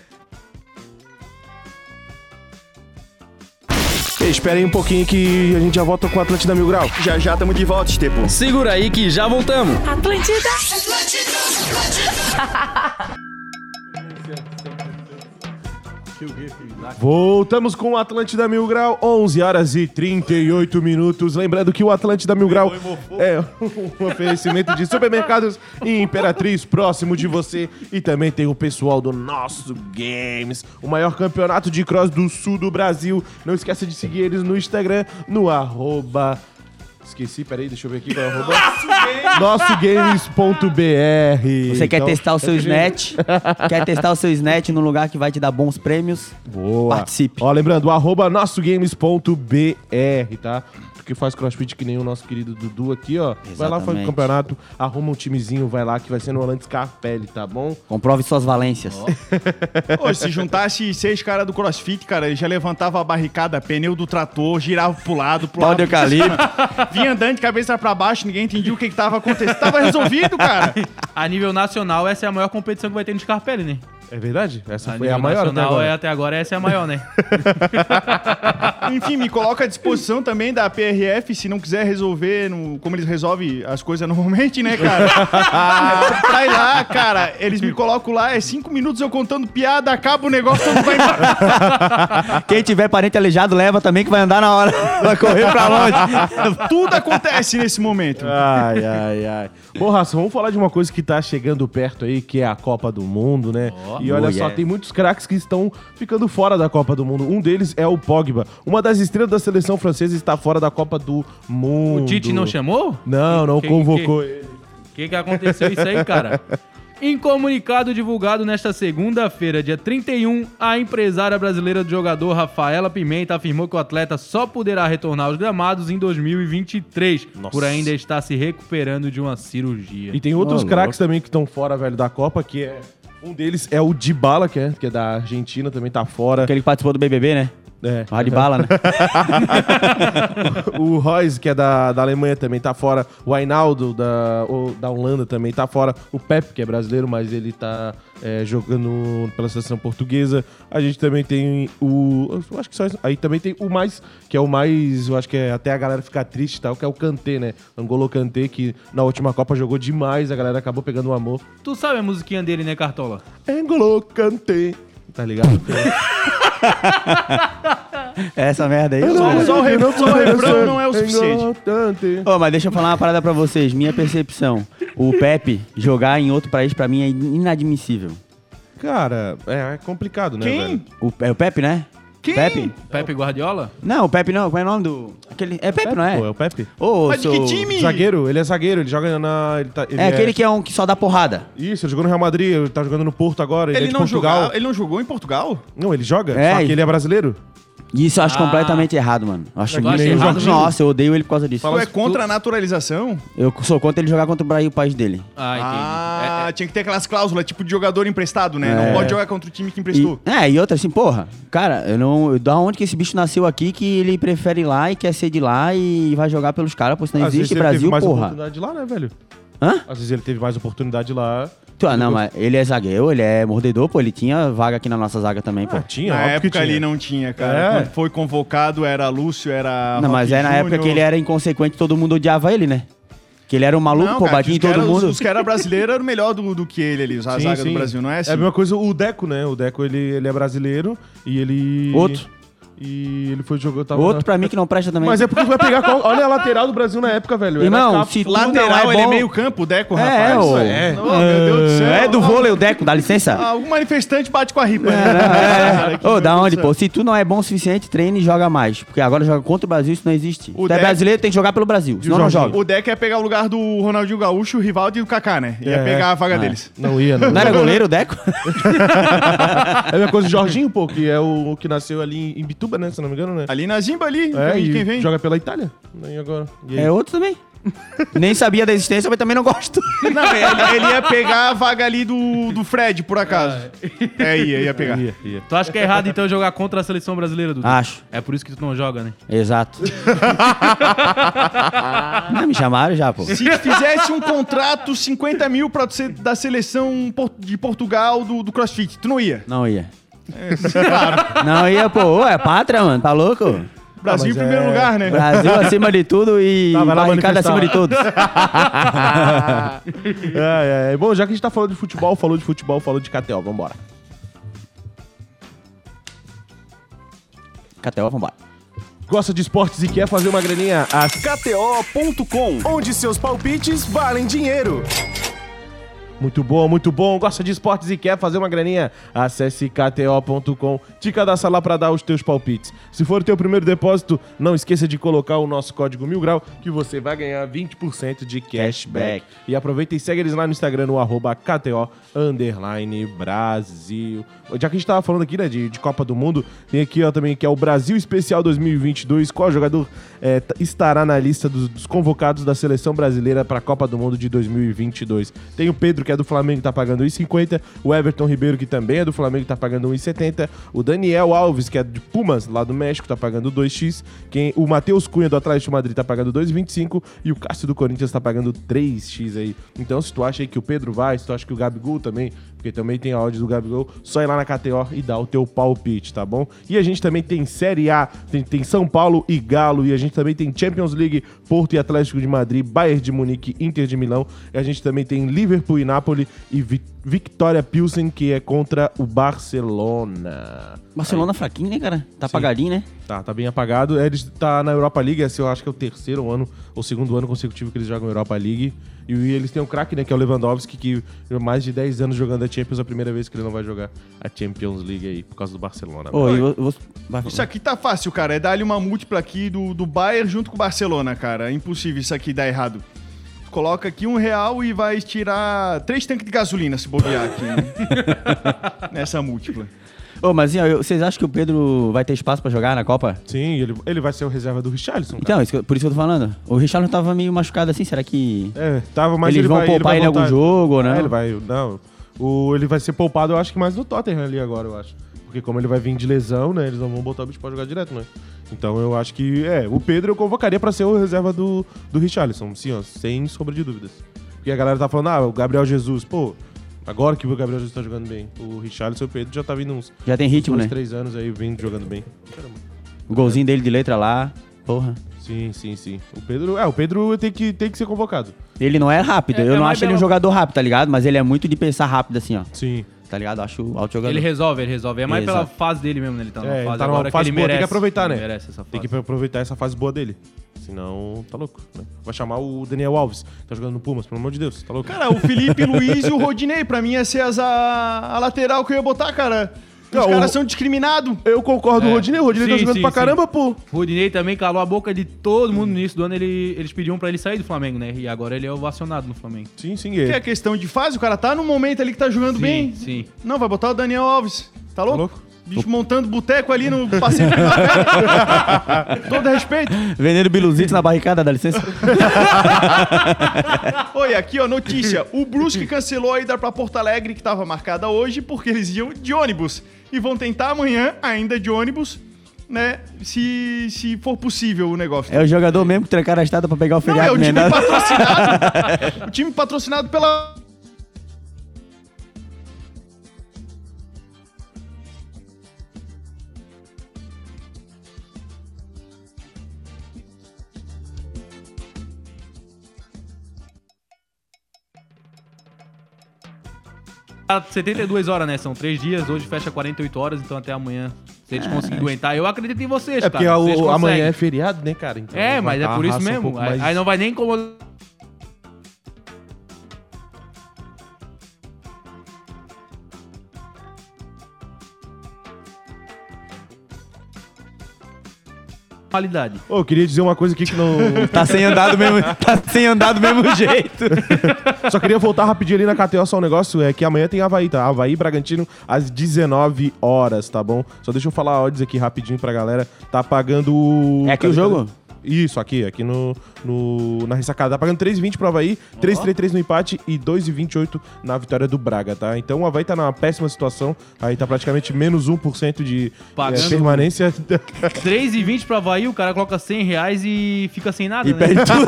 B: Esperem um pouquinho que a gente já volta com o Atlântida Mil Grau.
A: Já já estamos de volta, Estepo.
H: Segura aí que já voltamos.
I: Atlântida.
B: Voltamos com o Atlântida Mil Grau, 11 horas e 38 minutos. Lembrando que o Atlântida Mil Grau é um oferecimento de supermercados e Imperatriz próximo de você. E também tem o pessoal do Nosso Games, o maior campeonato de cross do sul do Brasil. Não esqueça de seguir eles no Instagram, no arroba... Esqueci, peraí, deixa eu ver aqui qual é o arroba. Nossogames.br
C: Você quer
B: Então,
C: testar o seu Snatch? quer testar o seu Snatch num lugar que vai te dar bons prêmios?
B: Boa.
C: Participe.
B: Ó, lembrando, o arroba nossogames.br, tá? Porque faz crossfit que nem o nosso querido Dudu aqui, ó. Vai lá, faz o
C: Exatamente.
B: campeonato, arruma um timezinho, vai lá, que vai ser no Orlando Scarpelli, tá bom?
C: Comprove suas valências.
A: Ô, se juntasse seis caras do crossfit, cara, ele já levantava a barricada, pneu do trator, girava pro lado, pro
C: Pau de
A: lado.
C: eucalipto.
A: Vinha andando de cabeça pra baixo, ninguém entendia o que, que tava acontecendo. Tava resolvido, cara.
D: A nível nacional, essa é a maior competição que vai ter no Scarpelli, né?
B: É verdade? Essa foi
D: nível
B: a maior até
D: nacional,
B: agora.
D: É, até agora essa é a maior, né?
A: Enfim, me coloca à disposição também da PRF, se não quiser resolver no- como eles resolvem as coisas normalmente, né, cara? Vai lá, cara. Eles me colocam lá, é cinco minutos eu contando piada, acaba o negócio, todo mundo vai embora.
C: Quem tiver parente aleijado, leva também que vai andar na hora. Vai correr pra longe.
A: Tudo acontece nesse momento.
B: Ai, ai, ai. Bom, Raça, vamos falar de uma coisa que tá chegando perto aí, que é a Copa do Mundo, né? e olha
C: Oh,
B: só,
C: yeah.
B: tem muitos craques que estão ficando fora da Copa do Mundo. Um deles é o Pogba. Uma das estrelas da seleção francesa está fora da Copa do Mundo.
D: O Tite não chamou?
B: Não, não
D: Que-
B: convocou ele.
D: O que, que aconteceu isso aí, cara? Em comunicado divulgado nesta segunda-feira, dia 31, a empresária brasileira do jogador Rafaela Pimenta afirmou que o atleta só poderá retornar aos gramados em 2023, por ainda estar se recuperando de uma cirurgia.
B: E tem outros
C: Ô,
B: craques também que estão fora, velho, da Copa, que é. Um deles é o Dybala, que é, que é da Argentina, também tá fora.
C: Aquele que participou do BBB, né?
B: É.
C: Rádio bala, né?
B: O Royce, que é da, da Alemanha, também tá fora. O Ainaldo, da, o- da Holanda, também tá fora. O Pepe, que é brasileiro, mas ele tá é, jogando pela seleção portuguesa. A gente também tem o. Eu acho que só isso. Aí também tem o mais, que é o mais. Eu acho que é até a galera ficar triste e tal, que é o Kanté, né? Angolo Kanté, que na última Copa jogou demais, a galera acabou pegando o amor.
D: Tu sabe a musiquinha dele, né, Cartola?
B: Angolo Kanté. Tá ligado?
C: É Essa merda aí. um-
A: só o refrão- só o refrão não é o suficiente.
B: suficiente.
C: Ô, mas deixa eu falar uma parada pra vocês. Minha percepção. O Pepe jogar em outro país pra mim é inadmissível.
B: Cara, é, é complicado, né,
A: Quem?
B: velho?
C: O, é o Pepe, né?
A: Quem?
C: Pepe?
D: Pepe Guardiola?
C: Não, o Pepe não. Como é o nome do... Aquele... É Pepe, não é?
B: Pô, é o Pepe?
C: Ô,
A: Mas de que
C: sou-
A: time?
B: Zagueiro, ele é zagueiro, ele joga na. Ele tá, ele
C: É aquele que é um que só dá porrada.
B: Isso, ele jogou no Real Madrid, ele tá jogando no Porto agora, ele,
A: Ele
B: é de
A: não,
B: Portugal.
A: jogava, ele não jogou em Portugal?
B: Não, ele joga?
C: É,
B: só que
C: ele-
B: ele é brasileiro?
C: E isso eu acho
D: Ah.
C: completamente errado, mano. Eu acho
D: Tu acha
C: muito-
D: errado,
C: Nossa, eu odeio ele por causa disso.
A: Tu é contra a naturalização?
C: Eu sou contra ele jogar contra o Brasil, o país dele.
D: Ah, entendi.
A: Ah, tinha que ter aquelas cláusulas, tipo de jogador emprestado, né? Não pode jogar contra o time que emprestou.
C: E- é, e outra assim, porra, cara, eu não. eu- Da onde que esse bicho nasceu aqui que ele prefere ir lá e quer ser de lá e vai jogar pelos caras, pô, isso não
B: Às vezes
C: existe
B: ele
C: Brasil,
B: teve mais
C: porra.
B: oportunidade lá, né, velho?
C: Hã?
B: Às vezes ele teve mais oportunidade lá.
C: Tu- ah, não, mas ele é zagueiro, ele é mordedor, pô, ele tinha vaga aqui na nossa zaga também, pô.
B: Ah, tinha,
A: Na
B: óbvio que
A: época
B: tinha.
A: ali não tinha, cara.
B: É.
A: Quando foi convocado, era Lúcio, era.
C: Não, mas
A: Roque
C: é na época
A: Júnior.
C: que ele era inconsequente, todo mundo odiava ele, né? Que ele era um maluco,
A: Não,
C: pô,
A: cara,
C: batia em
A: que os
C: todo
A: cara-
C: mundo.
A: Os, os que era brasileiro eram melhor do, do que ele ali, os a
B: Sim,
A: zaga
B: sim.
A: do Brasil, não é assim?
B: É a mesma coisa o Deco, né? O Deco, ele, ele é brasileiro e ele...
C: Outro.
B: E ele foi jogar... Tava
C: Outro
B: na-
C: pra mim que não presta também.
B: Mas é porque tu vai pegar... qual- Olha a lateral do Brasil na época, velho. Era
C: Irmão,
B: capa-
C: se tu não é
A: Lateral,
C: bom...
A: ele é meio campo, Deco,
C: É,
A: rapaz.
C: ô.
B: é.
A: Ô, meu Deus do céu.
C: É do vôlei, o Deco, dá licença.
A: Ah, Algum manifestante bate com a ripa.
C: É, não,
A: né?
C: é. Ô, da onde, pô? Se tu não é bom o suficiente, treine e joga mais. Porque agora joga contra o Brasil, isso não existe.
A: O
C: Se tu é
A: Deco-
C: brasileiro, tem que jogar pelo Brasil. Senão não joga.
A: O Deco ia pegar o lugar do Ronaldinho Gaúcho, o Rivaldo e o Kaká, né? Ia
B: É.
A: pegar a vaga deles.
B: Não ia, não.
C: Não era goleiro o Deco?
B: É a mesma coisa o Jorginho, pô, que é o que nasceu ali em Bituba, né? Se não me engano, né?
A: Ali na Zimba, ali.
B: É,
A: quem,
B: e
A: quem vem?
B: joga pela Itália. E agora? E aí?
C: É outro também. Nem sabia da existência, mas também não gosto.
A: Não, ele, ele ia pegar a vaga ali do, do Fred, por acaso. É, ia, ia pegar.
B: Ia, ia.
D: Tu acha que é errado, então, jogar contra a seleção brasileira, Dudu?
C: Acho.
D: É por isso que tu não joga, né?
C: Exato. não, me chamaram já, pô.
A: Se fizesse um contrato 50 mil pra você da seleção por- de Portugal do, do CrossFit, tu não ia.
C: Não ia. Não ia, pô. Ô, é pátria, mano. Tá louco?
A: Brasil em
B: mas
A: primeiro
B: é-
A: lugar, né?
C: Brasil acima de tudo e
B: Tá, vai lá
C: barricada
B: manifestar.
C: acima de todos.
B: É, é. Bom, já que a gente tá falando de futebol, falou de futebol, falou de KTO, vambora.
C: Cateó, vambora.
B: Gosta de esportes e quer fazer uma graninha? A
I: KTO.com.
B: onde seus palpites valem dinheiro. Muito bom, muito bom. Gosta de esportes e quer fazer uma graninha? Acesse kto.com, te cadastra lá para dar os teus palpites. Se for o teu primeiro depósito, não esqueça de colocar o nosso código Mil Grau, que você vai ganhar 20% de cashback. E aproveita e segue eles lá no Instagram, no arroba KTO underline Brasil. Já que a gente tava falando aqui, né, de, de Copa do Mundo, tem aqui, ó, também, que é o Brasil Especial 2022. Qual jogador é, t- estará na lista dos, dos convocados da seleção brasileira para a Copa do Mundo de 2022? Tem o Pedro, que é do Flamengo, tá pagando 1,50. O Everton Ribeiro, que também é do Flamengo, tá pagando 1,70. O Daniel Alves, que é de Pumas, lá do México, tá pagando 2x. Quem, o Matheus Cunha, do Atlético de Madrid, tá pagando 2,25. E o Cássio do Corinthians tá pagando 3x aí. Então, se tu acha aí que o Pedro vai, se tu acha que o Gabigol também, porque também tem a odd do Gabigol, só ir lá na KTO e dar o teu palpite, tá bom? E a gente também tem Série A, tem, tem São Paulo e Galo, e a gente também tem Champions League, Porto e Atlético de Madrid, Bayern de Munique, Inter de Milão, e a gente também tem Liverpool e Nápoles e Vi- Victoria Pilsen, que é contra o Barcelona.
C: Barcelona fraquinho, né, cara? Tá apagadinho, né?
B: Tá, tá bem apagado. Eles tá na Europa League, assim, eu acho que é o terceiro ano ou segundo ano consecutivo que eles jogam Europa League. E eles têm um craque, né, que é o Lewandowski, que há mais de 10 anos jogando a Champions, é a primeira vez que ele não vai jogar a Champions League aí por causa do Barcelona.
C: Ô, e eu, eu vou... vai-
A: Isso aqui tá fácil, cara. É dar-lhe uma múltipla aqui do, do Bayern junto com o Barcelona, cara. É impossível isso aqui dar errado. Tu Coloca aqui um real e vai tirar três tanques de gasolina se bobear aqui. né? Nessa múltipla.
C: Ô, mas e aí, vocês acham que o Pedro vai ter espaço pra jogar na Copa?
A: Tá.
B: Sim, ele, ele vai ser o reserva do Richarlison. cara.
C: Então, isso que eu- por isso que eu tô falando. O Richard tava meio machucado assim, será que.
B: É, tava, mas
C: Eles
B: ele
C: vão
B: vai,
C: poupar
B: vai
C: ele em algum
B: voltar.
C: jogo né? ou não?
B: É, ele vai, não. O, ele vai ser poupado, eu acho que mais no Tottenham ali agora, eu acho. Porque como ele vai vir de lesão, né, eles não vão botar o bicho pra jogar direto, né? Então eu acho que, é, o Pedro eu convocaria pra ser o reserva do, do Richarlison, sim, ó, sem sombra de dúvidas. Porque a galera tá falando, ah, o Gabriel Jesus, pô, agora que o Gabriel Jesus tá jogando bem, o Richarlison e o Pedro já tá vindo uns
C: Já tem ritmo,
B: dois,
C: né?
B: três anos aí, vindo jogando bem.
C: O golzinho dele de letra lá. Porra.
B: Sim, sim, sim. O Pedro, é, o Pedro tem que, tem que ser convocado.
C: Ele não é rápido.
D: É-
C: eu
D: é
C: não
D: mais
C: acho ele um
D: bela-
C: jogador rápido, tá ligado? Mas ele é muito de pensar rápido, assim, ó.
B: Sim.
C: Tá ligado? Eu Acho alto jogador.
D: Ele resolve, ele resolve. É mais pela
C: Exato.
D: fase dele mesmo, né? Ele tá numa
B: É, ele
D: fase
B: tá numa
D: agora
B: fase
D: que ele
B: boa, tem
D: merece.
B: que aproveitar,
D: Ele
B: né?
D: merece essa fase.
B: Tem que aproveitar essa fase boa dele. Senão, tá louco. Né? Vai chamar o Daniel Alves. Tá jogando no Pumas, pelo amor de Deus. Tá louco.
A: Cara, o Felipe Luiz e o Rodinei, pra mim, ia ser as, a, a lateral que eu ia botar, cara. Os
B: Não,
A: caras
B: o-
A: são discriminados.
B: eu concordo com
D: É.
B: o Rodinei. O Rodinei tá
D: Sim,
B: jogando
D: sim,
B: pra
D: sim.
B: caramba, pô.
D: O Rodinei também calou a boca de todo mundo no início do ano. Ele, eles pediam pra ele sair do Flamengo, né? E agora ele é ovacionado no Flamengo.
B: Sim, sim.
A: Que é
B: Ele.
A: questão de fase, o cara tá num momento ali que tá jogando
D: Sim,
A: bem.
D: sim.
A: Não, vai botar o Daniel Alves. Tá
B: Tá
A: louco?
B: louco?
A: Bicho montando boteco ali no passeio. Todo respeito.
C: Vendendo biluzito na barricada, dá licença.
A: Oi, aqui ó, notícia. O Brusque cancelou a ida pra Porto Alegre, que tava marcada hoje, porque eles iam de ônibus. E vão tentar amanhã, ainda de ônibus, né? Se, se for possível o negócio.
C: É o jogador mesmo que trancaram a estrada pra pegar o
A: Não, é
C: feriado né? Tá-
A: o
C: emendado.
A: time patrocinado. o time patrocinado pela.
D: Tá 72 horas, né? São 3 dias, hoje fecha 48 horas, então até amanhã. Se a gente conseguir aguentar, eu acredito em vocês,
B: É
D: cara.
B: porque a- o-
D: vocês conseguem.
B: amanhã é feriado, né, cara? Então vai
D: É, mas é
B: tá a
D: por isso
B: raça um
D: mesmo.
B: pouco
D: aí,
B: mais-
D: aí não vai nem incomodar. Qualidade.
B: Ô, eu queria dizer uma coisa aqui que não.
C: Tá sem andado mesmo, tá sem andado do mesmo jeito.
B: Só queria voltar rapidinho ali na KTO, só um negócio. É que amanhã tem Havaí, tá? Havaí e Bragantino às 19 horas, tá bom? Só deixa eu falar a odds aqui rapidinho pra galera. Tá pagando. o-
C: É aqui o jogo?
B: Isso, aqui, aqui no, no- na ressacada. Tá pagando 3,20 pro Havaí, 3,33 no empate e 2,28 na vitória do Braga, tá? Então o Havaí tá numa péssima situação. Aí tá praticamente menos 1% de
D: Pagando-
B: eh, permanência.
D: 3,20 pra Havaí, o cara coloca 100 reais e fica sem nada,
C: E
D: né?
C: perde tudo.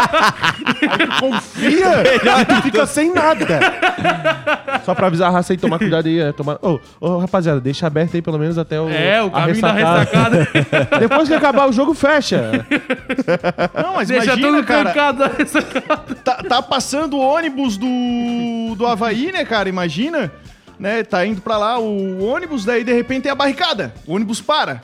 B: Confia! tu fica sem nada. Só pra avisar a raça aí, tomar cuidado aí. é, Tomar... Ô, ô, rapaziada, deixa aberto aí pelo menos até o.
D: É, o
B: a
D: caminho da
B: ressacada.
D: ressacada.
B: Depois que acabar o jogo, fecha.
A: Não, mas
D: Deixa
A: imagina,
D: tudo
A: cara.
D: trancado da ressacada.
A: Tá, tá passando o ônibus do, do Havaí, né, cara? Imagina, né? Tá indo pra lá o ônibus, daí de repente tem a barricada. O ônibus para.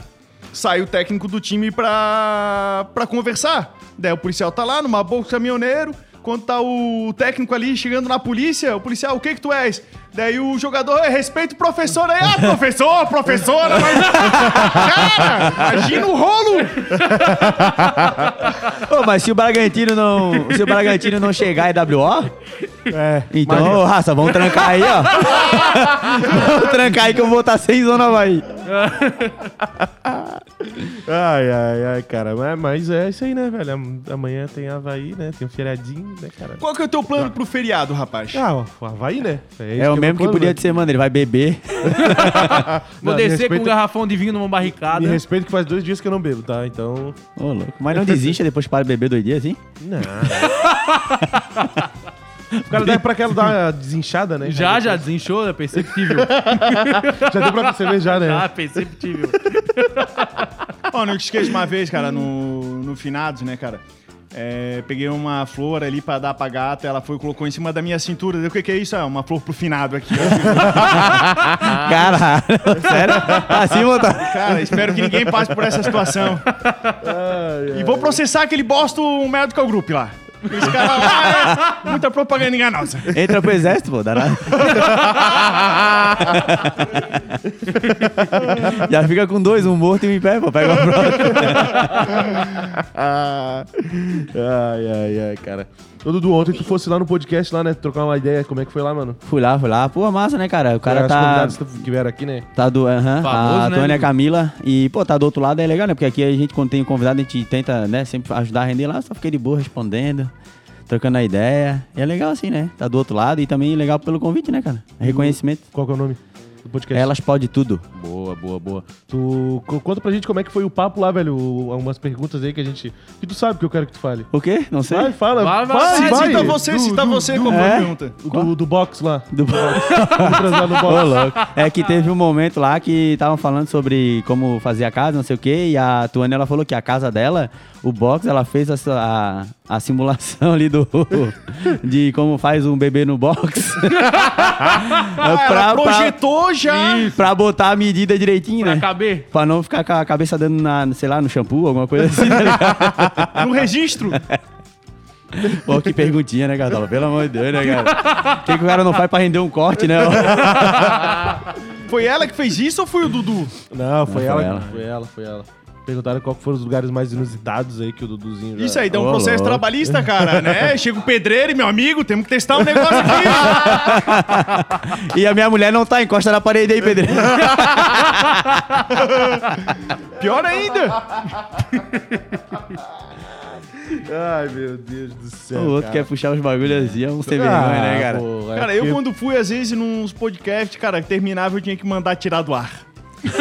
A: Sai o técnico do time pra, pra conversar. Daí o policial tá lá, numa boca do caminhoneiro. Quando tá o técnico ali chegando na polícia, o policial, o que que tu és? Daí o jogador, "É, respeita o professor aí. Ah, professor, professora, mas... Cara, imagina o rolo!
C: Ô, mas se o Bragantino não, se o Bragantino não chegar em WO,
B: É.
C: então, ô, raça, vamos trancar aí, ó. vamos trancar aí que eu vou estar sem zona Havaí.
B: Ai, ai, ai, cara. Mas, mas é isso aí, né, velho? Am- Amanhã tem Havaí, né? Tem um feriadinho, né, cara?
A: Qual que é o teu plano pro feriado, rapaz?
B: Ah, ó, o Havaí, né? isso
C: É o
B: eu né?
C: mesmo que
B: vou-
C: podia ser, mano, ele vai beber.
D: Vou
B: Não, me
D: descer com um
B: respeita-
D: garrafão de vinho numa barricada.
B: Me respeito que faz dois dias que eu não bebo, tá? Então.
C: Ô, louco. Mas não desista depois para de beber dois dias, assim?
B: Não. O cara dá pra aquela dar uma desinchada, né?
D: Já, já desinchou, é perceptível.
B: Já deu pra perceber, já, né?
D: ah, perceptível.
A: Ó, não te esqueço uma vez, cara, no, no Finados, né, cara? É, peguei uma flor ali pra dar pra gata, ela foi e colocou em cima da minha cintura. Daí, O que, que é isso? É uma flor pro finado aqui. ó.
C: Caralho, sério? Assim, botar.
A: Cara, espero que ninguém passe por essa situação. E vou processar aquele bosta um Medical Group lá. Esse cara lá é muita propaganda enganosa.
C: Entra pro exército, pô, danado. Já fica com dois, um morto e um em pé, pô. Pega o próximo.
B: ai, ai, ai, cara. Ô, Dudu, ontem tu fosse lá no podcast lá, né? Trocar uma ideia, como é que foi lá, mano?
C: Fui lá, fui lá. Pô, massa, né, cara? O cara
B: As
C: tá.
B: convidadas que vieram aqui, né?
C: Tá do. aham,
D: Famoso,
C: a
D: né,
C: Tônia,
D: amigo?
C: a Camila. E, pô, tá do outro lado é legal, né? Porque aqui a gente, quando tem convidado, a gente tenta, né, sempre ajudar a render lá. Só fiquei de boa respondendo, trocando a ideia. E é legal assim, né? Tá do outro lado e também legal pelo convite, né, cara? Reconhecimento.
B: Qual que é o nome do podcast?
C: Elas podem tudo.
B: Boa, boa, boa. Tu co- conta pra gente como é que foi o papo lá, velho. o- Algumas perguntas aí que a gente. Que tu sabe que eu quero que tu fale.
C: O quê? Não sei.
B: Vai, fala.
D: Vai, vai,
B: fala,
D: vai,
B: vai.
A: Cita você,
B: Do-
A: cita
B: do-
A: você,
B: do-
A: como foi a
C: É?
A: pergunta.
B: Do, do box lá.
C: Do...
B: Vamos transar no box.
C: É que teve um momento lá que estavam falando sobre como fazer a casa, não sei o quê, e a Tuane ela falou que a casa dela, o box, ela fez a, sua- a, a simulação ali do de como faz um bebê no box.
A: Ah,
C: pra,
A: ela projetou já.
C: pra, pra botar a medida direitinho,
D: Pra
C: né?
D: caber.
C: Pra não ficar com a cabeça dando na, sei lá, no shampoo, alguma coisa assim, tá ligado?
A: No registro.
C: Pô, que perguntinha, né, Cartola? Pelo amor de Deus, né, cara? O que, que o cara não faz pra render um corte, né?
A: Foi ela que fez isso ou foi o Dudu?
B: Não, foi,
C: foi
B: ela,
C: ela.
B: Foi ela, foi ela. Perguntaram qual que foram os lugares mais inusitados aí que o Duduzinho já...
A: Isso aí, dá um
C: Ô,
A: processo
C: louco.
A: trabalhista, cara, né? Chega o pedreiro e meu amigo, temos que testar um negócio aqui.
C: E a minha mulher não tá, encosta na parede aí, Pedro.
A: Pior ainda.
B: Ai, meu Deus do céu,
C: o outro
B: cara.
C: quer puxar uns bagulhos assim, é um sem vergonha, né, cara?
B: Porra,
A: Cara, eu quando fui, às vezes, nos podcasts, cara, que terminava, eu tinha que mandar tirar do ar. eu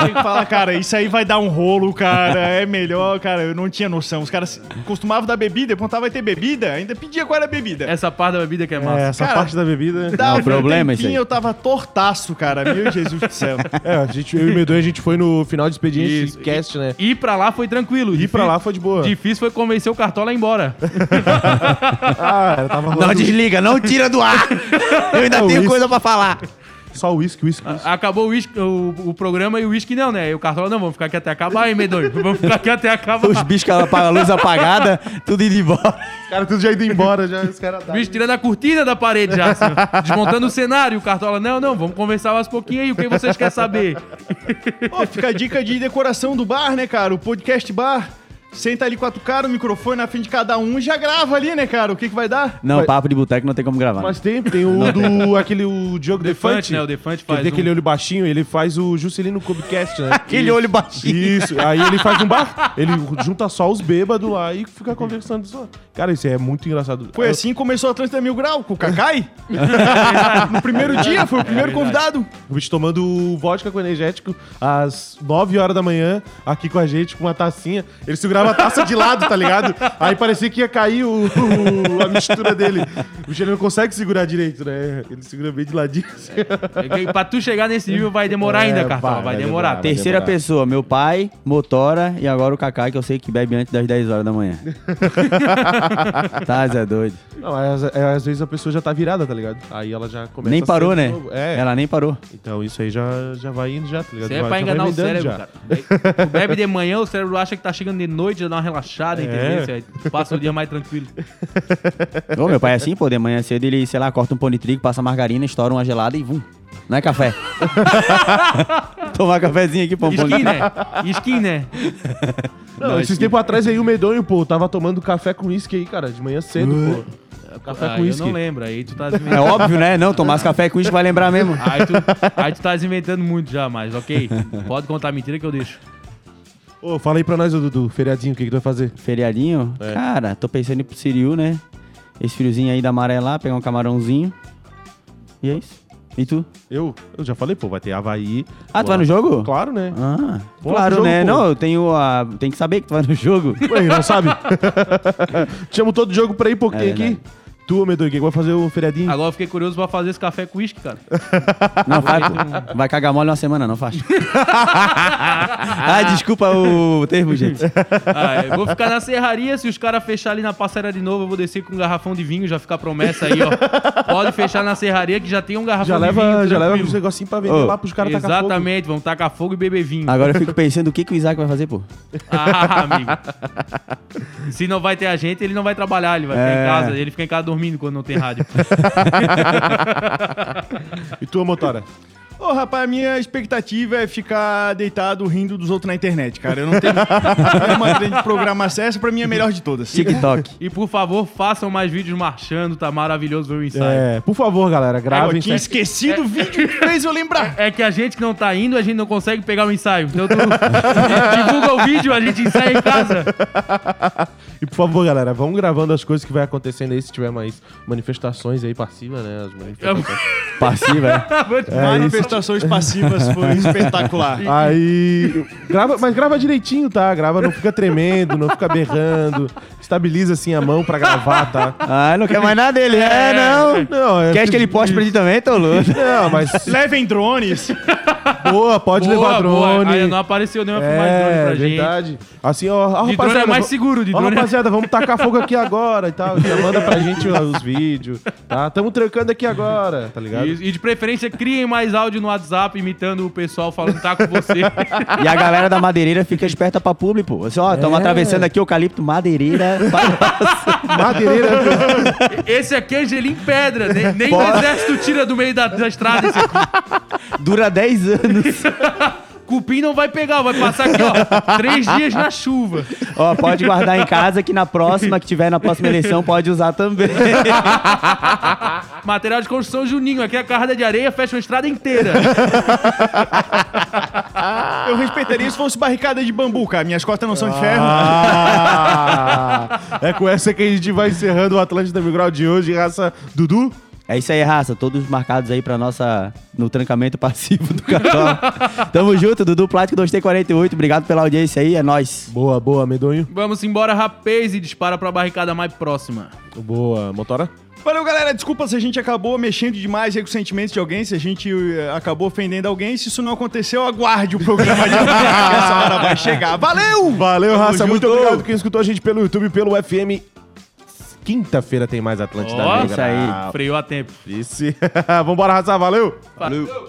A: tinha que falar, cara, isso aí vai dar um rolo, cara, é melhor, cara, eu não tinha noção. Os caras costumavam dar bebida, perguntavam, vai ter bebida? Ainda pedia qual era a bebida.
D: Essa parte da bebida que é
B: É,
D: massa.
B: essa
A: Cara,
B: parte da bebida... né?
A: Dava
C: Não, o problema é
A: um
C: isso aí.
A: tempinho, eu tava tortaço, cara, meu Jesus do céu.
B: É, a gente, eu e o Medonha, a gente foi no final de expediente
D: Isso.
B: cast, né?
D: Ir pra lá foi tranquilo.
B: Ir pra lá foi de boa.
D: Difícil foi convencer o Cartola a ir embora.
B: Ah, eu tava
C: Não
B: rolando
C: desliga, não tira do ar. Eu ainda
B: É o
C: tenho
B: isso.
C: coisa pra falar.
B: só o uísque, uísque.
D: Acabou o, uísque- o- o programa e o uísque não, né? E o Cartola, não, vamos ficar aqui até acabar, hein, medonho? Vamos ficar aqui até acabar.
C: Os bichos com a luz apagada, tudo indo embora.
B: Os caras tudo já indo embora, já os caras...
D: Bicho tirando a cortina da parede já, assim, ó. desmontando o cenário. O Cartola, não, não, vamos conversar mais um pouquinho aí, o que vocês querem saber?
A: Ó, fica a dica de decoração do bar, né, cara? O podcast bar. Senta ali com a tu cara, o microfone na frente de cada um e já grava ali, né, cara? O que, que vai dar?
C: Não, papo de boteco não tem como gravar.
B: Mas tem, tem o do... aquele, o Diogo
D: Defante,
B: Defante.
D: né? O Defante
B: Que ele
D: faz
B: tem
D: um-
B: aquele olho baixinho, ele faz o Juscelino Kubcast, né?
C: Aquele olho baixinho.
B: Isso, aí ele faz um bar, ele junta só os bêbados lá e fica conversando só. Cara, isso é muito engraçado.
A: Foi assim que começou a Atlântida Mil Grau, com o Cacai.
B: É
A: no primeiro dia, foi o primeiro convidado.
B: O bicho tomando vodka com energético às 9 horas da manhã, aqui com a gente, com uma tacinha. Ele segurava a taça de lado, tá ligado? Aí parecia que ia cair o, o- a mistura dele. O bicho ele não consegue segurar direito, né? Ele segura bem de ladinho. assim.
D: É que Pra tu chegar nesse nível vai demorar
B: É,
D: ainda, Cartola,
B: vai,
D: vai,
B: vai
D: demorar.
B: demorar, vai.
C: Terceira
B: demorar.
C: pessoa, meu pai, motora e agora o Kaká, que eu sei que bebe antes das 10 horas da manhã. tá, Zé doido.
B: Não, é, às, é, às vezes a pessoa já tá virada, tá ligado? Aí ela já começa
C: nem
B: a
C: parou,
B: ser
C: né?
B: de novo. É.
C: Ela nem parou.
B: Então isso aí já, já vai indo já, tá ligado?
D: Isso aí é
B: Já- já
D: pra
B: vai
D: enganar o
B: emendando
D: cérebro,
B: já.
D: cara. Tu bebe de manhã, o cérebro acha que tá chegando de noite, já dá uma relaxada,
B: É.
D: entendeu? Isso aí Passa o dia mais tranquilo.
C: Ô, meu pai é assim, pô, de manhã cedo ele, sei lá, corta um pão de trigo, passa margarina, estoura uma gelada e vum. Não é café. Tomar cafezinho aqui, pão, pão de
D: Skin,
C: trigo.
D: né? Skin, né?
B: Não,
D: Não,
B: esses
D: acho
B: tempos atrás aí o medonho, pô, tava tomando café com uísque aí, cara, de manhã cedo, pô. Café
D: Ah,
B: com
D: eu
B: uísque.
D: não lembro, aí tu tá
C: É
D: desvendando.
C: óbvio, né? Não, tomar esse café com isso vai lembrar mesmo.
D: Aí tu, aí tu tá inventando muito já, mas ok. Pode contar mentira que eu deixo.
B: Ô, fala aí pra nós, ô, Dudu, feriadinho, o que, que tu vai fazer?
C: Feriadinho? Cara, tô pensando em ir pro Siriu, né? Esse friozinho aí da maré lá, pegar um camarãozinho. E é isso. E tu?
B: Eu? Eu já falei, pô, vai ter Havaí.
C: Ah, tu vai no jogo?
B: Claro, né?
C: Ah,
B: Pô,
C: claro,
B: jogo,
C: né?
B: pô.
C: Não, eu tenho a. Tem que saber que tu vai no jogo.
B: Ué, não sabe? Chamo todo jogo pra ir, pô, que
C: É
B: tem aqui. Tu, medonho, o que que vai fazer o feriadinho?
D: Agora eu fiquei curioso pra fazer esse café com uísque, cara.
C: Não faz, pô. Vai cagar mole uma semana, não faz. ah, desculpa o termo, gente.
D: Ah, eu vou ficar na serraria, se os caras fechar ali na passaria de novo, eu vou descer com um garrafão de vinho, já fica a promessa aí, ó. Pode fechar na serraria que já tem um garrafão
B: já
D: de
B: leva,
D: vinho.
B: já leva
D: tranquilo.
B: uns negocinhos pra vender
C: Ô,
B: lá pros caras tacar fogo.
D: Exatamente, vamos tacar fogo e beber vinho.
C: Agora eu fico pensando o que, que o Isaac vai fazer, pô.
D: Ah, amigo. Se não vai ter a gente, ele não vai trabalhar, ele vai ficar em
C: É.
D: casa. Ele fica em casa dormindo quando não tem rádio.
B: E tu, motora?
A: Ô, rapaz, a minha expectativa é ficar deitado rindo dos outros na internet, cara. Eu não tenho é uma grande programa acesso, pra mim é a melhor de todas.
C: TikTok.
D: E por favor, façam mais vídeos marchando, tá maravilhoso o meu ensaio.
B: É, por favor, galera,
A: Eu
B: gravem.
A: tinha esquecido o vídeo que fez eu lembrar.
D: É que a gente que não tá indo, a gente não consegue pegar o ensaio. Então tu divulga o vídeo, a gente ensaia em casa.
B: E por favor, galera, vão gravando as coisas que vai acontecendo aí, se tiver mais manifestações aí passiva, né? As manifestações.
C: Passiva, é.
D: Vou te
A: Manifestações passivas foi espetacular.
B: Aí. Grava, mas grava direitinho, tá? Grava, não fica tremendo, não fica berrando. Estabiliza assim a mão pra gravar, tá?
C: Ah, não quer mais nada dele. É, não.
B: Não, é.
C: Quer que ele poste pra ti também, tô louco.
B: Não, mas.
A: Levem drones.
B: Boa, pode
D: Boa,
B: levar
D: boa.
B: drone.
D: Aí não apareceu nenhuma filmagem de drone
B: É,
D: pra gente.
B: verdade. Assim, ó, ó,
D: De
B: rapaziada.
D: drone é mais
B: vo-
D: seguro, de
B: Ó,
D: drone é-
B: rapaziada, vamos tacar fogo aqui agora e tal. Já manda pra gente ó, os vídeos, tá? Tamo trancando aqui agora, tá ligado?
D: E, e de preferência, criem mais áudio no WhatsApp imitando o pessoal falando tá com você.
C: E a galera da madeireira fica esperta pra público, pô. Assim, ó, estamos atravessando aqui o eucalipto, madeireira.
B: Madeireira.
D: Esse aqui é Angelim Pedra, nem, nem o exército tira do meio da, da estrada. Esse aqui.
C: Dura 10 anos.
D: Cupim não vai pegar, vai passar aqui, ó. três dias na chuva.
C: Ó, pode guardar em casa que na próxima, que tiver na próxima eleição, pode usar também.
D: Material de construção Juninho. Aqui a carrada de areia fecha uma estrada inteira.
A: Eu respeitaria se fosse barricada de bambu, cara. Minhas costas não são de ferro.
B: Ah, é com essa que a gente vai encerrando o Atlântida Mil Grau de hoje, raça Dudu.
C: É isso aí, raça. Todos marcados aí pra nossa. no trancamento passivo do cartão. Tamo junto, Dudu Plático 2T48. Obrigado pela audiência aí, é nóis.
B: Boa, boa, medonho.
D: Vamos embora, rapaz, e dispara pra barricada mais próxima.
B: Boa, motora.
A: Valeu, galera. Desculpa se a gente acabou mexendo demais aí com os sentimentos de alguém, se a gente eh, acabou ofendendo alguém. Se isso não aconteceu, aguarde o programa de amanhã, que essa hora vai chegar. Valeu!
B: Valeu,
A: Tamo
B: raça.
A: junto.
B: Muito obrigado quem escutou a gente pelo YouTube, pelo FM. Quinta-feira tem mais Atlântida
D: Ó,
B: Mil
D: isso
B: Grau.
D: Freou a tempo.
B: Isso aí. Vambora, raça. Valeu.
D: Valeu.